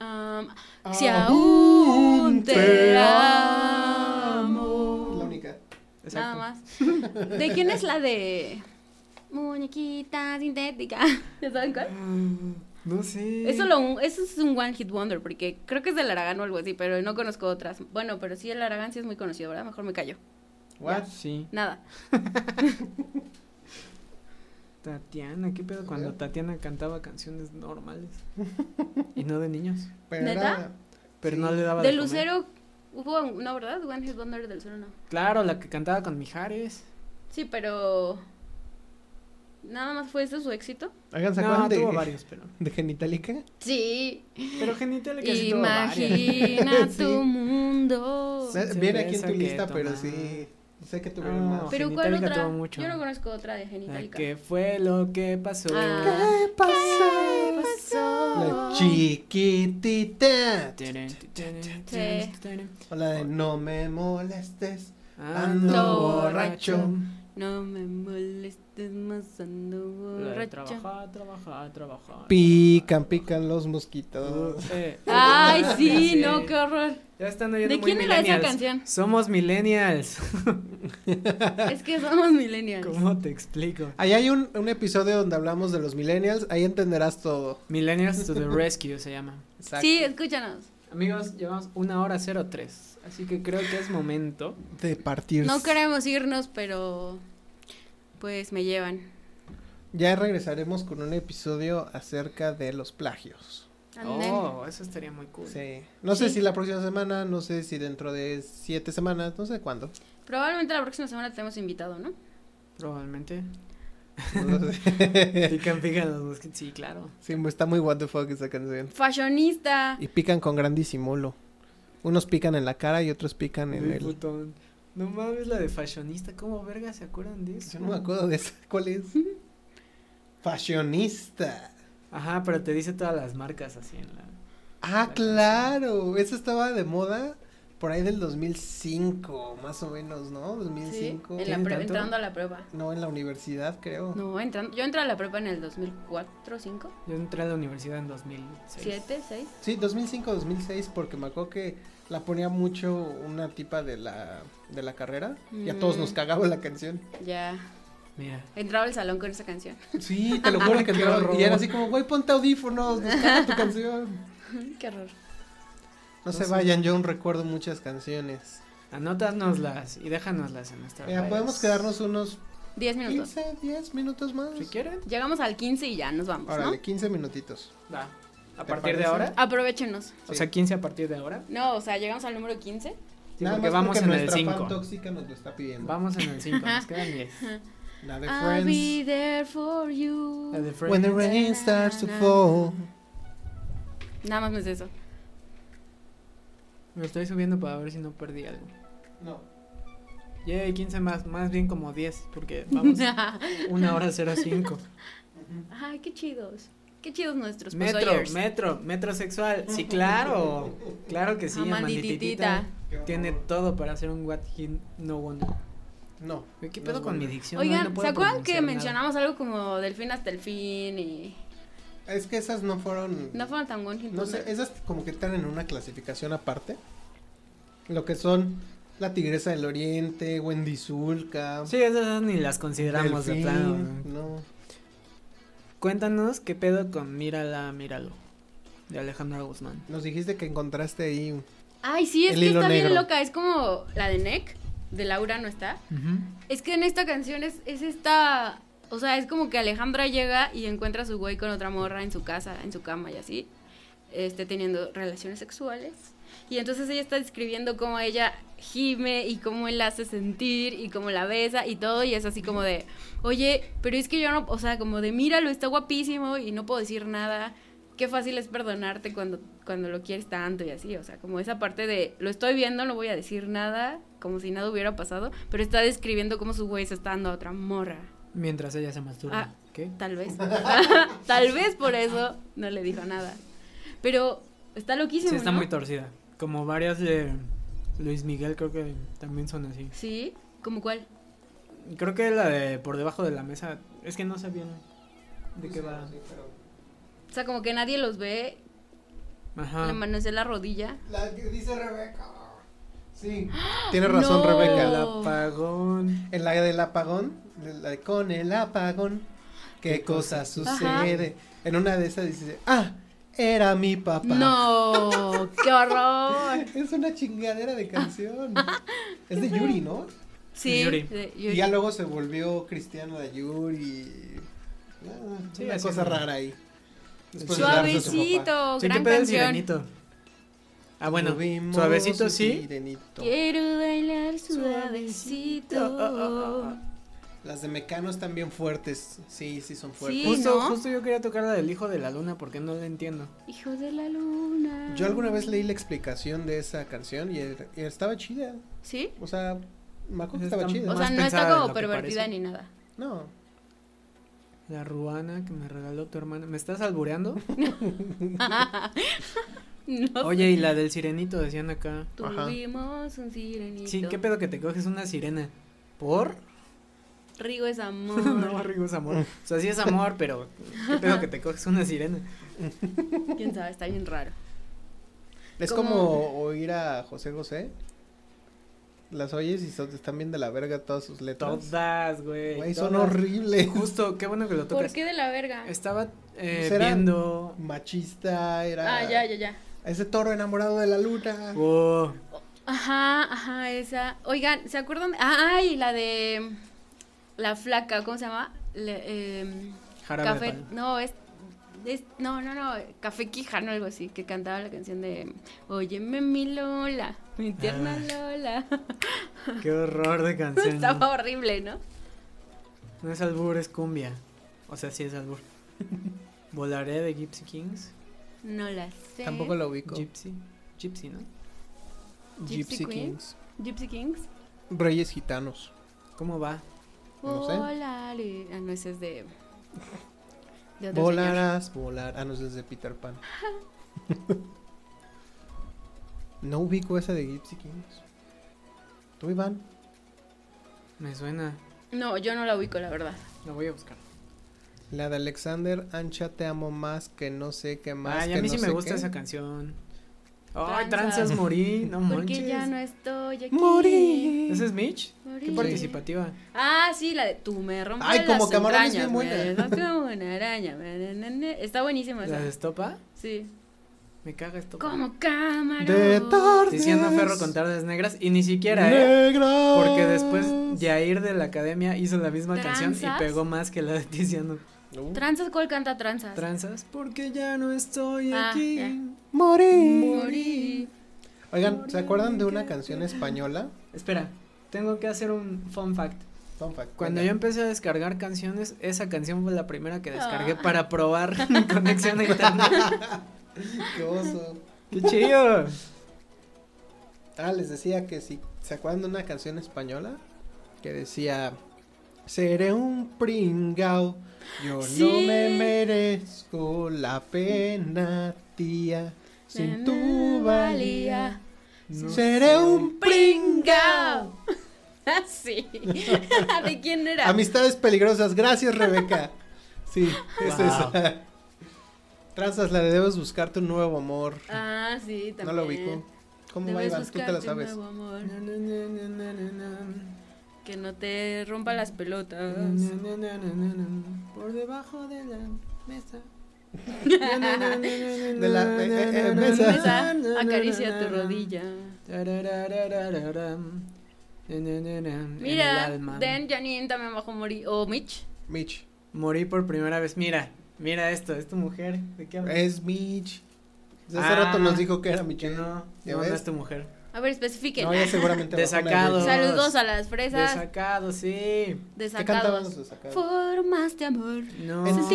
C: um,
B: Ah, oh,
C: Si aún te amo.
A: La única.
C: Nada más. ¿De quién es la de Muñequita sintética? ¿Ya saben cuál?
B: Mm, No sé.
C: Eso, lo, eso es un one hit wonder, porque creo que es del Aragán o algo así, pero no conozco otras. Bueno, pero sí, el Aragán sí es muy conocido, ¿verdad? Mejor me callo.
A: What?
B: Sí.
C: Nada.
B: Tatiana, ¿qué pedo cuando
A: Oigan.
B: Tatiana cantaba canciones normales? y no de niños.
A: Pero
C: ¿Neta?
A: era-
B: Pero
A: Sí.
B: no le daba
C: De
B: comer.
C: Lucero hubo, un- no, ¿verdad? One hit wonder del Lucero no.
B: Claro, la que cantaba con Mijares.
C: Sí, pero... Nada más fue ese su éxito.
A: Oigan, ¿se
B: No,
A: acuerdan
B: tuvo
A: de,
B: varios, pero.
A: de Genitalica?
C: Sí.
B: Pero Genitalica sí tuvo
C: Imagina
B: varias.
C: tu
B: Sí.
C: mundo.
A: Se-
B: Se
A: Viene aquí en tu
B: besa que
A: lista, pero
B: toma.
A: sí. Sé que tuvieron
B: No.
A: más.
C: Pero ¿cuál
B: Genitalica
C: otra?
B: tuvo mucho.
C: Yo no conozco otra de
B: La
C: Genitalica.
B: que fue lo que pasó.
C: Ah.
A: pasó?
C: pasó?
A: La chiquitita.
B: Tarán, tarán,
C: Sí.
B: tarán.
A: O la de no me molestes.
B: Ando borracho.
C: No me molestes más
B: La
C: ando
B: de
C: borracho.
B: Trabajar, trabajar, trabajar.
A: Pican,
B: trabajar.
A: pican los mosquitos.
B: Eh,
C: Ay, sí,
B: sí.
C: no, qué horror.
B: Ya están oyendo
C: ¿De
B: muy
C: quién era esa
B: millennials.
C: canción?
B: Somos millennials.
C: Es que somos millennials.
B: ¿Cómo te explico?
A: Ahí hay un, un episodio donde hablamos de los millennials. Ahí entenderás todo.
B: Millennials to the rescue se llama.
C: Sí, escúchanos.
B: Amigos, llevamos una hora 03, así que creo que es momento.
A: De partir.
C: No queremos irnos, pero pues me llevan.
A: Ya regresaremos con un episodio acerca de los plagios.
C: Anden.
B: Oh, eso estaría muy cool.
A: Sí. No sé
C: Sí.
A: si la próxima semana, no sé si dentro de siete semanas, no sé cuándo.
C: Probablemente la próxima semana tenemos invitado, ¿no?
B: Probablemente.
A: No sé.
B: Pican, pican los mosquitos. Sí, claro.
A: sí, está muy what the fuck esa canción.
C: Fashionista.
A: Y pican con gran disimulo. Unos pican en la cara y otros pican en
B: Muy
A: el.
B: putón. No mames, la de fashionista. ¿Cómo verga se acuerdan de eso?
A: Yo no me acuerdo de esa. ¿Cuál es? Fashionista.
B: Ajá, pero te dice todas las marcas así en la.
A: Ah,
B: La
A: claro. Esa estaba de moda por ahí del 2005, más o menos, ¿no?
C: Sí,
A: 2005.
C: en la
B: ¿Tiene
C: pre-
B: tanto?
C: entrando a la prueba.
A: No, en la universidad, creo.
C: No, entrando, yo entré a la prepa en el 2004, 5,
B: Yo entré a la universidad en 2006.
C: 7, 6.
A: Sí, 2005, 2006, porque me acuerdo que la ponía mucho una tipa de la, de la carrera y a todos
C: Mm.
A: nos cagaba la canción.
C: Ya.
B: Mira.
C: Entraba al salón con esa canción.
A: Sí, te lo juro que
B: Qué
A: entraba. Y
B: horror.
A: era así como, güey, ponte audífonos, nos caga tu canción.
C: Qué horror.
A: No
B: No
A: se
B: sé.
A: vayan, yo aún recuerdo muchas canciones.
B: Anótanoslas y déjanoslas en nuestra
A: Mira, podemos quedarnos unos
C: 10 minutos.
A: 15, 10 minutos más.
B: Si quieren.
C: Llegamos al 15 y ya nos vamos,
A: Órale, 15 minutitos.
B: Va. ¿A
A: ¿Te
B: partir
A: parece?
B: de ahora?
C: ¿no? Aprovechenos.
B: O
A: Sí.
B: sea, 15 a partir de ahora.
C: No, o sea, llegamos al número 15.
B: Sí,
A: Nada
B: porque
A: más
B: vamos
A: porque
B: en el
A: nuestra fan
B: 5.
A: tóxica nos lo está pidiendo.
B: Vamos en el 5, nos quedan 10.
A: La de
C: I'll
A: Friends.
C: be there for you.
B: La de Friends.
A: When the rain starts to fall.
C: Nada más no es eso.
B: Lo estoy subiendo para ver si no perdí algo.
A: No.
B: Yay, 15 más, más bien como 10, porque vamos una hora 05.
C: Ay, qué chidos. Qué chidos nuestros
B: Metro,
C: posoyers.
B: metro, metro sexual. Sí, claro. Claro que
C: Ah,
B: sí,
C: Amandititita.
B: Amandititita. Tiene todo para hacer un What He No Wonder.
A: No.
B: Güey, ¿Qué
A: No
B: pedo
A: es
B: con mi
A: bueno.
B: dicción? Hoy
C: Oigan,
B: no puedo
C: ¿se acuerdan que
B: pronunciar nada.
C: mencionamos algo como del fin hasta el fin y
A: Es que esas no fueron.
C: no fueron tan buenos?
A: No sé, esas como que están en una clasificación aparte. Lo que son La Tigresa del Oriente, Wendy Zulka.
B: Sí, esas ni las consideramos de
A: Delfín,
B: plano. güey.
A: No.
B: Cuéntanos qué pedo con Mírala, Míralo. De Alejandra Guzmán.
A: Nos dijiste que encontraste ahí
C: Ay, sí, es
A: El
C: que
A: hilo
C: está bien
A: negro.
C: loca. Es como la de Nick, de Laura no está. Es que en esta canción es, es esta. O sea, es como que Alejandra llega y encuentra a su güey con otra morra en su casa, en su cama y así. Este, teniendo relaciones sexuales. Y entonces ella está describiendo cómo ella gime y cómo él la hace sentir y cómo la besa y todo. Y es así como de, oye, pero es que yo no. O sea, como de, míralo, está guapísimo y no puedo decir nada. Qué fácil es perdonarte cuando, cuando lo quieres tanto y así. O sea, como esa parte de, lo estoy viendo, no voy a decir nada, como si nada hubiera pasado. Pero está describiendo cómo su güey se está dando a otra morra.
B: Mientras ella se masturba.
C: Ah.
B: ¿Qué?
C: Tal vez. Tal vez por eso no le dijo nada. Pero está loquísimo.
B: Sí, está
C: ¿no?
B: muy torcida. Como varias de Luis Miguel creo que también son así.
C: Sí, ¿como cuál?
B: Creo que la de por debajo de la mesa, es que no sé bien de qué va.
C: O sea, como que nadie los ve, le
B: Ajá.
C: manosea la rodilla.
A: La que dice Rebeca. Sí. Tiene razón
C: No.
B: El
A: Rebeca.
B: apagón.
A: En la del apagón, la de con el apagón, ¿qué
B: ¿Qué
A: cosa
B: cosa?
A: sucede? En una de esas dice, ah, era mi papá.
C: No, qué horror.
B: Pues
A: Es una chingadera de canción. es de Yuri, ¿no?
C: Sí,
B: Yuri.
C: de-
A: Y ya luego se volvió cristiano de Yuri. Ah,
B: Sí,
A: una
B: así
A: cosa
B: es.
A: rara ahí. Después de hablar de su papá.
B: Sí,
C: Suavecito,
B: ¿qué
C: Oh, gran
B: pedo el
C: canción.
B: sirenito? Ah, bueno,
A: Lo vimos,
B: suavecito
A: un
B: sí.
A: sirenito.
C: Quiero bailar suavecito.
B: Ah, ah, ah,
A: Las de Mecano están bien fuertes. Sí, sí son fuertes.
C: Sí,
B: Justo,
C: ¿no?
B: justo yo quería tocar la del hijo de la luna porque no la entiendo.
C: Hijo de la luna.
A: Yo alguna vez leí la explicación de esa canción y, er- y estaba chida.
C: ¿Sí?
A: O sea, me acuerdo que
B: Está-
A: estaba chida.
C: O
B: Más
C: sea, no
B: pensada
C: está
B: de
C: como
B: lo que
C: pervertida
B: parece.
C: ni nada.
A: No.
B: La ruana que me regaló tu hermana. ¿Me estás albureando?
C: No.
B: Oye, y la del sirenito decían acá.
A: Ajá.
C: Tuvimos un sirenito.
B: Sí, ¿qué pedo que te coges una sirena? ¿Por?
C: Rigo es amor.
B: no, Rigo es amor. O sea, sí es amor, pero ¿qué pedo que te coges una sirena?
C: Quién sabe, está bien raro.
A: Es
C: Como-
A: como... oír a José José. Las oyes y son- están bien de la verga todas sus letras.
B: Todas, güey.
A: Güey, son
B: todas.
A: horribles.
B: Justo, qué bueno que lo
C: ¿Por
B: tocas.
C: qué de la verga?
B: Estaba eh,
A: Pues eran-
B: viendo.
A: Machista, era.
C: Ah, ya, ya, ya.
A: Ese toro enamorado de la luna.
B: Oh,
C: Ajá, ajá, esa. Oigan, ¿se acuerdan? Ah, Ay, la de la flaca, ¿cómo se llama? Le- em,
B: jarabe
C: café,
B: de Palo.
C: no, es, es- no, no, no, Café Quijano, algo así, que cantaba la canción de Óyeme mi Lola, mi
A: Ah.
C: tierna Lola.
B: Qué horror de canción.
C: Estaba
B: ¿no?
C: horrible, ¿no?
B: No es albur, es cumbia. O sea, sí es albur. Volaré de Gypsy Kings.
C: No la sé.
A: Tampoco la ubico.
B: Gypsy. Gypsy, ¿no?
C: Gypsy Queen. Gypsy Kings.
A: Reyes gitanos.
B: ¿Cómo va?
A: No sé.
C: Volare. Ah, no, ese es de. de otro señor.
A: Volarás, volar. Ah, no, ese es de Peter Pan. no ubico esa de Gypsy Kings. ¿Tú, Iván?
B: Me suena.
C: No, yo no la ubico, la verdad.
B: La voy a buscar.
A: La de Alexander Ancha, te amo más que no sé qué más.
B: ah, y
A: que
B: a mí
A: no
B: sí me
A: sé
B: gusta
A: qué.
B: esa canción. Ay,
C: Tranzas.
B: tranzas morí, no
C: Porque
B: manches.
C: ya no estoy aquí.
A: Morí.
B: ¿Esa es Mitch?
C: Morí.
B: Qué participativa.
C: Ah, sí, la de tú me rompes
A: Ay, como
C: las
A: Camarón es
C: entrañas,
A: bien buena.
C: me dejas como una araña. me- ne- ne- ne. Está buenísima
B: ¿La
C: esa.
B: de Estopa?
C: Sí.
B: Me caga Estopa.
C: Como cámara.
A: De tardes.
B: Diciendo Ferro con tardes negras y ni siquiera, ¿eh?
A: Negras.
B: Porque después Jair de la academia hizo la misma canción y
C: Tranzas.
B: pegó más que la de Tiziano.
A: Uh.
C: Tranzas, ¿cuál canta tranzas?
B: Tranzas, porque ya no estoy
C: Ah,
B: aquí.
C: ya.
A: Morí.
C: Morí.
A: Oigan, ¿se acuerdan de una canción española?
B: Espera, tengo que hacer un fun fact.
A: Fun fact,
B: Cuando yo
A: venga.
B: empecé a descargar canciones, esa canción fue la primera que descargué
C: Ah.
B: para probar mi conexión a internet.
A: Qué oso.
B: ¡Qué chido!
A: Ah, les decía que si se acuerdan de una canción española que decía seré un pringao, yo no
C: Sí.
A: me merezco la pena, tía, sin tu valía.
B: No
A: seré
B: sé.
A: un
C: Pringao. Ah, sí. ¿De quién era?
A: Amistades peligrosas, gracias Rebeca. sí, Este es
B: Wow.
A: esa. Trazas la de debes buscar tu nuevo amor.
C: Ah, sí, también.
A: no la ubico. ¿Cómo va
C: Debes
A: Iván? Tú te
C: buscarte
A: la
C: un
A: sabes.
C: nuevo amor
B: Na, na, na, na, na, na, na.
C: que no te rompa las pelotas.
B: Na, na, na, na, na, na. Por debajo de la mesa.
A: De la- eh, eh, eh, mesa.
C: Mesa, acaricia tu rodilla. Mira, Dan Janine también bajó morir. O Mitch.
A: Mitch.
B: Morí por primera vez. Mira, mira esto, es tu mujer. ¿De qué hablas?
A: Es Mitch. Hace
B: Ah,
A: rato nos dijo que era
B: Que
A: Michelle.
B: no,
A: ¿Ya
B: no, no
A: ves?
B: es tu mujer.
C: A ver, especifiquen.
A: No, ya seguramente. bajó una
B: Desacado.
A: vez.
C: Saludos a las fresas.
B: Desacado, sí.
A: ¿Qué
C: Desacados.
A: cantábamos desacados?
C: Formas de amor.
B: No.
A: Sentimiento.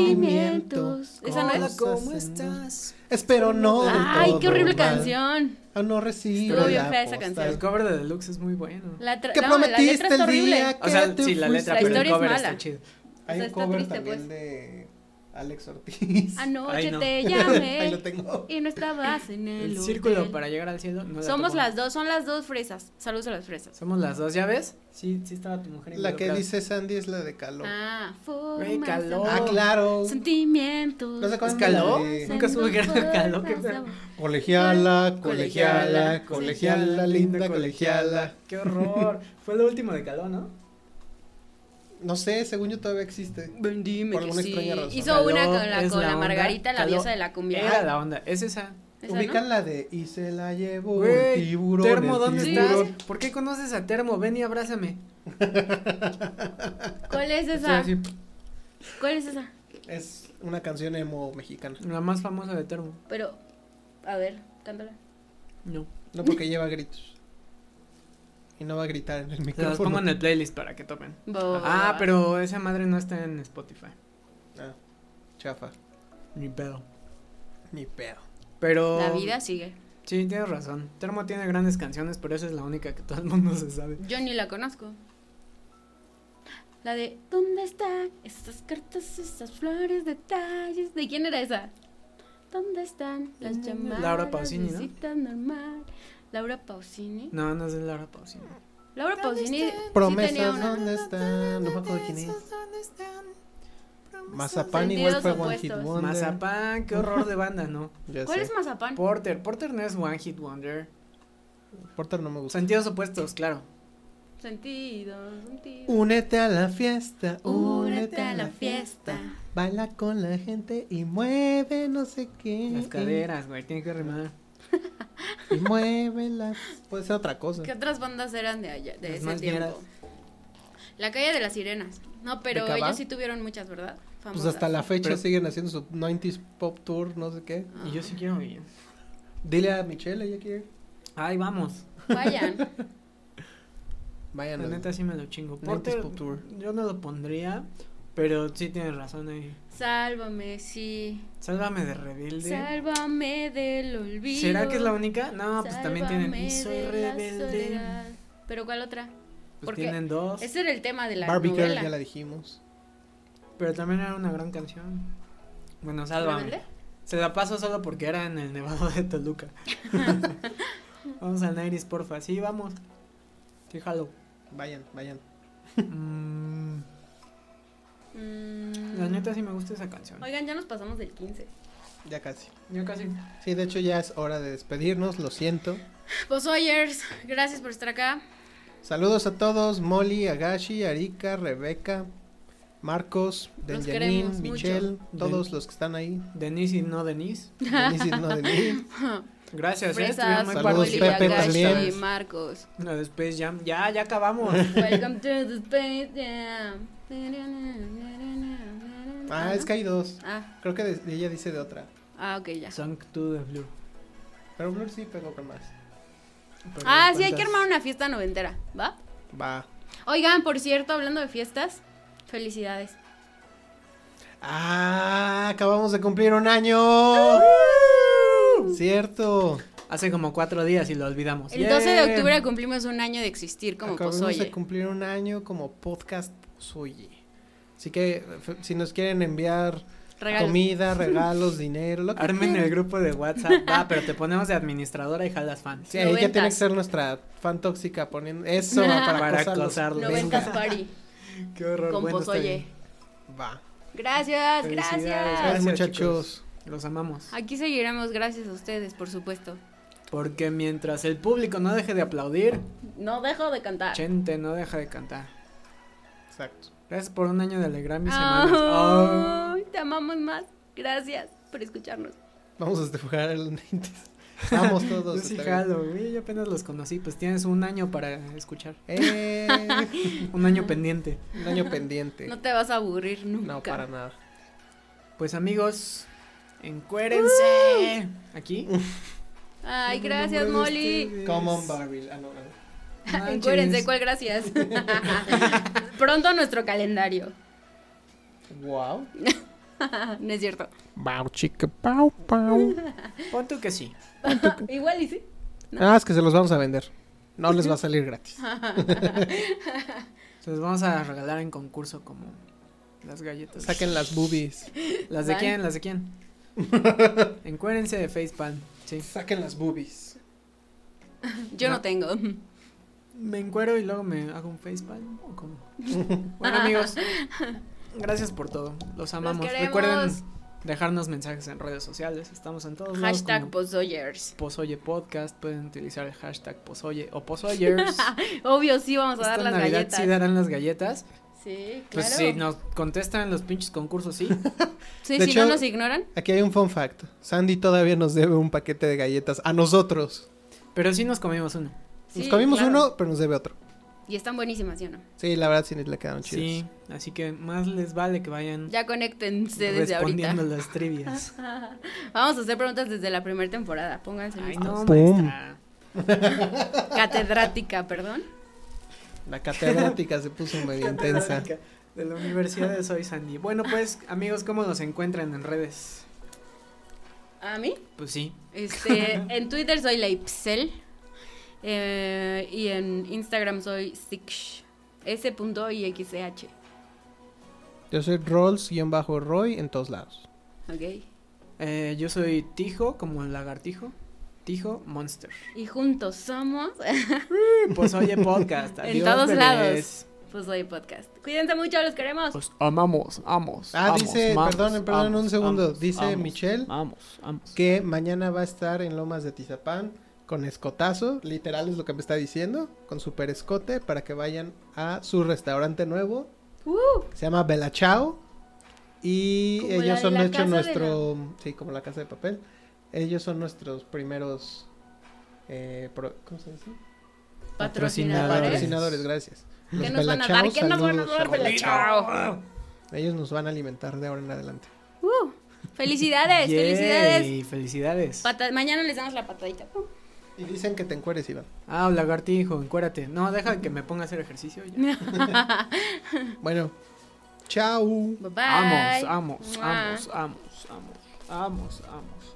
C: Sentimientos. Esa no
B: Hola,
C: es.
B: ¿cómo
A: Cosas en
B: estás?
A: Espero no. del
C: Ay, qué
A: todo mal.
C: horrible canción.
A: Aún no recibo.
C: Estuvo bien
A: la
C: fea esa
A: postal.
B: El
C: canción.
B: cover de Deluxe es muy bueno.
C: La tra-
A: ¿Qué
C: no, la
A: prometiste
C: letra está
A: el
C: horrible.
A: día
B: O
A: que
B: sea,
A: te
B: sí, la
A: fuiste?
B: letra,
C: La
B: pero el
C: historia es
B: cover
C: mala.
B: está chido.
A: Hay
C: sea,
A: un
C: está
A: cover
C: triste,
A: también
C: pues.
A: de Alex Ortiz.
C: Anoche
B: Ay, no.
C: Ah, te
A: Ahí lo
C: llamé
A: tengo.
C: y no estabas en el,
B: El círculo
C: hotel.
B: para llegar al cielo. no la
C: Somos
B: tocó.
C: las dos, son las dos fresas. Saludos a las fresas.
B: Somos las dos, ¿ya ves? Sí, sí estaba tu mujer
A: La que
B: involucrada.
A: dice Sandy es la de calor. Ah,
C: Ah, oh. formas
B: Güey, caló.
C: de amor.
A: claro.
C: Sentimientos.
A: ¿No se acuerdan
B: ¿Es caló?
A: de la de
B: Nunca supe que era caló, qué feo.
A: Colegiala,
C: Colegiala,
A: colegiala, colegiala, linda colegiala.
B: Qué horror. Fue lo último de Caló, ¿no?
A: No sé, según yo todavía existe.
C: Ven, Dime
A: Por
C: que
A: alguna
C: sí.
A: extraña razón.
C: Hizo
B: Caló
C: una con la,
B: es
C: con
B: la
C: la
B: onda.
C: Margarita, la
B: Caló
C: diosa de la cumbia.
B: Era la onda. Es esa.
C: Esa, ¿no?
A: Ubican la de y se la llevó el
B: Güey,
A: tiburón.
B: Termo,
A: el
B: ¿dónde
A: tiburón.
B: estás? ¿Por qué conoces a Termo? Ven y abrázame.
C: ¿Cuál es
B: O
C: esa?
B: sea, sí,
C: ¿Cuál es esa?
A: Es una canción emo mexicana.
B: la más famosa de Termo.
C: Pero, a ver, cántala.
B: No.
A: No porque lleva gritos. Y no va a gritar en el
B: Se las
A: micrófono.
B: pongo en el playlist para que tomen.
C: Bo-
B: Ah, pero esa madre no está en Spotify.
A: Ah, chafa.
B: Ni pedo.
A: Ni pedo.
B: Pero.
C: La vida sigue.
B: Sí, tienes razón. Termo tiene grandes canciones, pero esa es la única que todo el mundo se sabe.
C: Yo ni la conozco. La de ¿Dónde están estas cartas, estas flores, detalles? ¿De quién era esa? ¿Dónde están las
B: Mm,
C: llamadas?
B: Laura Pausini, ¿no?
C: visitas normal? Laura Pausini.
B: No, no es de Laura Pausini.
C: Laura Pausini sí tenía
A: Promesas,
C: una.
A: ¿dónde están? No me acuerdo quién es. Mazapán
C: Sentidos
A: igual fue One Hit
C: opuestos.
A: Wonder.
B: Mazapán, qué horror de banda, ¿no?
A: Ya
C: ¿Cuál
A: sé.
C: es Mazapán?
B: Porter, Porter no es One Hit Wonder.
A: Porter no me gusta.
B: Sentidos opuestos, claro.
C: Sentido, sentido.
A: Únete a la fiesta,
C: Únete a la fiesta.
A: Baila con la gente y mueve no sé qué.
B: Las caderas, güey, tiene que rimar.
A: Y muévelas. Puede ser otra cosa. Pues
C: ¿Qué otras bandas eran de allá, de
B: Las
C: ese
B: más
C: tiempo?
B: vieras.
C: La calle de las sirenas. No, pero
A: ¿De Cava?
C: ellos sí tuvieron muchas, ¿verdad?
A: Pues
C: Famosas.
A: hasta la fecha
B: Pero-
A: siguen haciendo su 90s Pop Tour, no sé qué.
C: Ah.
B: Y yo sí quiero ir.
A: Dile a Michelle, ella quiere. ir.
B: Ay, vamos.
C: Vayan.
A: Vayan.
B: La
A: al-
B: neta sí me lo chingo.
A: Nineties
B: Porter,
A: Pop Tour.
B: yo no lo pondría, pero sí tienes razón ahí.
C: Sálvame, sí.
B: Sálvame de rebelde.
C: Sálvame del olvido.
B: ¿Será que es la única? No, pues también tienen.
C: Sálvame
B: Y soy
C: de la
B: rebelde.
C: soledad. Pero ¿cuál otra?
B: Pues
C: Porque
B: tienen dos.
C: Ese era el tema de la
A: Barbie Girl,
C: novela.
A: ya la dijimos.
B: Pero también era una gran canción. Bueno,
C: ¿Rebelde?
B: sálvame. Se la paso solo porque era en el Nevado de Toluca. vamos al Nairis, porfa. Sí, vamos. Sí, jalo.
A: Vayan, vayan.
B: Mm,
C: Mm.
B: la neta sí me gusta esa canción.
C: Oigan, ya nos pasamos del 15.
A: Ya casi.
B: Yo casi.
A: Sí, de hecho ya es hora de despedirnos, lo siento.
C: Pues Oyers, gracias por estar acá.
A: Saludos a todos, Molly, Agashi, Arika, Rebeca, Marcos,
C: queremos
A: Benjamín,
C: mucho.
A: Michelle, todos
B: Den-
A: los que están ahí.
B: Denise y no Denise.
A: Denise, no, Denise.
B: Gracias, eh.
C: Fresas,
B: Estuvieron muy
A: Saludos,
C: Poli,
A: Pepe,
B: participativas
C: Agashi,
A: también.
B: ustedes.
C: Marcos.
B: No, después ya, ya, ya acabamos.
C: Welcome to the space jam.
A: Ah, es que hay dos.
C: Ah,
A: Creo que de- ella dice de otra.
C: ah, ok, ya.
B: Song to the Blue.
A: Pero Blur sí pegó con más.
B: Pero
C: Ah, sí, hay que
B: ¿cuántas?
C: armar una fiesta noventera, ¿va?
A: Va.
C: Oigan, por cierto, hablando de fiestas, felicidades.
A: Ah, acabamos de cumplir un año. Cierto.
B: Hace como cuatro días y lo olvidamos.
C: El 12 de
B: Yeah.
C: octubre cumplimos un año de existir como pues,
A: acabamos de
C: Pozoye.
A: cumplir un año como podcast Pozoye. Así que f- si nos quieren enviar
C: Regalos.
A: comida, regalos, dinero, lo que
B: Armen
A: quieran.
B: el grupo de WhatsApp. Va, pero te ponemos de administradora y jalas fans.
A: Sí, ella tiene que
C: Noventas.
A: ser nuestra fan tóxica poniendo eso para,
B: Para
A: acosarlos.
B: acosarlos.
C: Noventas
A: Venga.
C: party
B: Qué horror.
C: con
B: bueno, está
C: Pozoye.
B: bien.
A: Va.
C: Gracias,
B: Felicidades.
C: gracias.
A: Gracias,
B: Gracias,
A: muchachos.
B: Los amamos.
C: Aquí seguiremos gracias a ustedes, por supuesto.
B: Porque mientras el público no deje de aplaudir,
C: No dejo de cantar.
B: gente no deja de cantar.
A: Exacto.
B: Gracias por un año de alegrar mis semanas. Oh.
C: Ah. Ay, te amamos más. Gracias. por escucharnos.
A: Vamos a jugar a los 90. Vamos todos.
B: Yo sí
A: está bien.
B: jalo, güey, yo apenas los conocí, pues tienes un año para escuchar,
A: Eh,
B: un año pendiente.
A: un año pendiente.
C: No te vas a aburrir nunca.
A: No, para nada.
B: Pues amigos, encuérense aquí.
C: Ay,
B: Por
C: gracias,
B: favor,
C: Molly.
B: ustedes.
A: Common Barrel. Ah, no, no.
B: Manches.
C: Encuérdense, ¿cuál gracias? Pronto nuestro calendario.
A: Wow.
C: no es cierto.
A: Wow, chica, pau, pau.
B: Pon tú que sí.
C: Igual y sí.
A: Ah, es que se los vamos a vender. No les va a salir gratis.
B: Se los vamos a regalar en concurso como las galletas.
A: Saquen las boobies.
B: ¿Las de
C: Van.
B: quién? ¿Las de quién? Encuérdense de Facepan, sí.
A: Saquen las boobies.
C: Yo no,
B: No.
C: tengo.
B: ¿Me encuero y luego me hago un Facepan? ¿O cómo? bueno, amigos, gracias por todo. Los amamos.
C: queremos.
B: Recuerden dejarnos mensajes en redes sociales. Estamos en todos lados.
C: Hashtag
B: como
C: posoyers.
B: Posoye Podcast. Pueden utilizar el hashtag Posoye o Posoyers.
C: Obvio, sí vamos a dar
B: Esta
C: las
B: Navidad
C: galletas.
B: sí darán las galletas.
C: Sí, claro.
B: Pues si nos contestan los pinches concursos, sí.
C: Sí,
A: De
C: si
A: hecho-
C: no nos ignoran.
A: Aquí hay un fun fact. Sandy todavía nos debe un paquete de galletas a nosotros.
B: Pero sí nos comimos uno.
C: Sí,
A: nos comimos
C: claro.
A: uno, pero nos debe otro.
C: Y están buenísimas, ¿sí o no?
A: Sí, la verdad sí le quedaron Ah, chidos.
B: Sí, así que más les vale que vayan
C: Ya conéctense desde
B: respondiendo
C: ahorita.
B: las trivias.
C: Vamos a hacer preguntas desde la primera temporada. Pónganse
B: Ay,
C: listos.
B: no,
A: Pum.
B: maestra.
C: Catedrática, perdón.
A: La catedrática se puso medio intensa.
B: De la Universidad de Soy Sandy. Bueno, pues, amigos, ¿cómo nos encuentran en redes?
C: ¿A mí?
B: Pues sí.
C: Este, en Twitter soy Leipzig eh, y en Instagram soy Six. S.IXCH.
A: Yo soy Rolls-Roy en todos lados.
C: Ok.
B: Eh, yo soy Tijo, como el lagartijo. Tijo Monster.
C: Y juntos somos.
B: Pues oye podcast.
C: En
B: Adiós,
C: todos
B: bebés.
C: lados. Pues soy podcast. Cuídense mucho, los queremos.
B: Pues amamos, amos.
A: Ah,
B: amos,
A: dice,
B: mamos,
A: perdón, perdón, un segundo. Dice Michelle.
B: Vamos, vamos.
A: Que mañana va a estar en Lomas de Tizapán con escotazo, literal es lo que me está diciendo, con super escote para que vayan a su restaurante nuevo.
C: Uh,
A: que Se llama Bella Chao. Y
C: Como la
A: ellos
C: de
A: son
C: la
A: de hecho
C: casa de
A: nuestro. Sí, como la casa de papel. Ellos son nuestros primeros. eh, pro- ¿Cómo se dice?
B: Patrocinadores.
C: patrocinadores.
A: Patrocinadores, gracias.
C: ¿Qué
A: Los
C: nos van
A: Bella
C: a dar? ¿Qué
A: Chaos,
C: nos van a
A: saludos.
C: dar? Bella Chao.
A: Ellos nos van a alimentar de ahora en adelante.
C: Uh, felicidades, felicidades.
B: Yay, felicidades.
C: Pata- mañana les damos la patadita.
A: Y dicen que te encueres, Iván.
B: Ah, lagartijo, encuérate. No, deja que me ponga a hacer ejercicio. Ya.
A: Bueno, chao.
C: Bye bye.
B: Amos, amos,
C: Mua.
B: amos, amos, amos, amos, amos.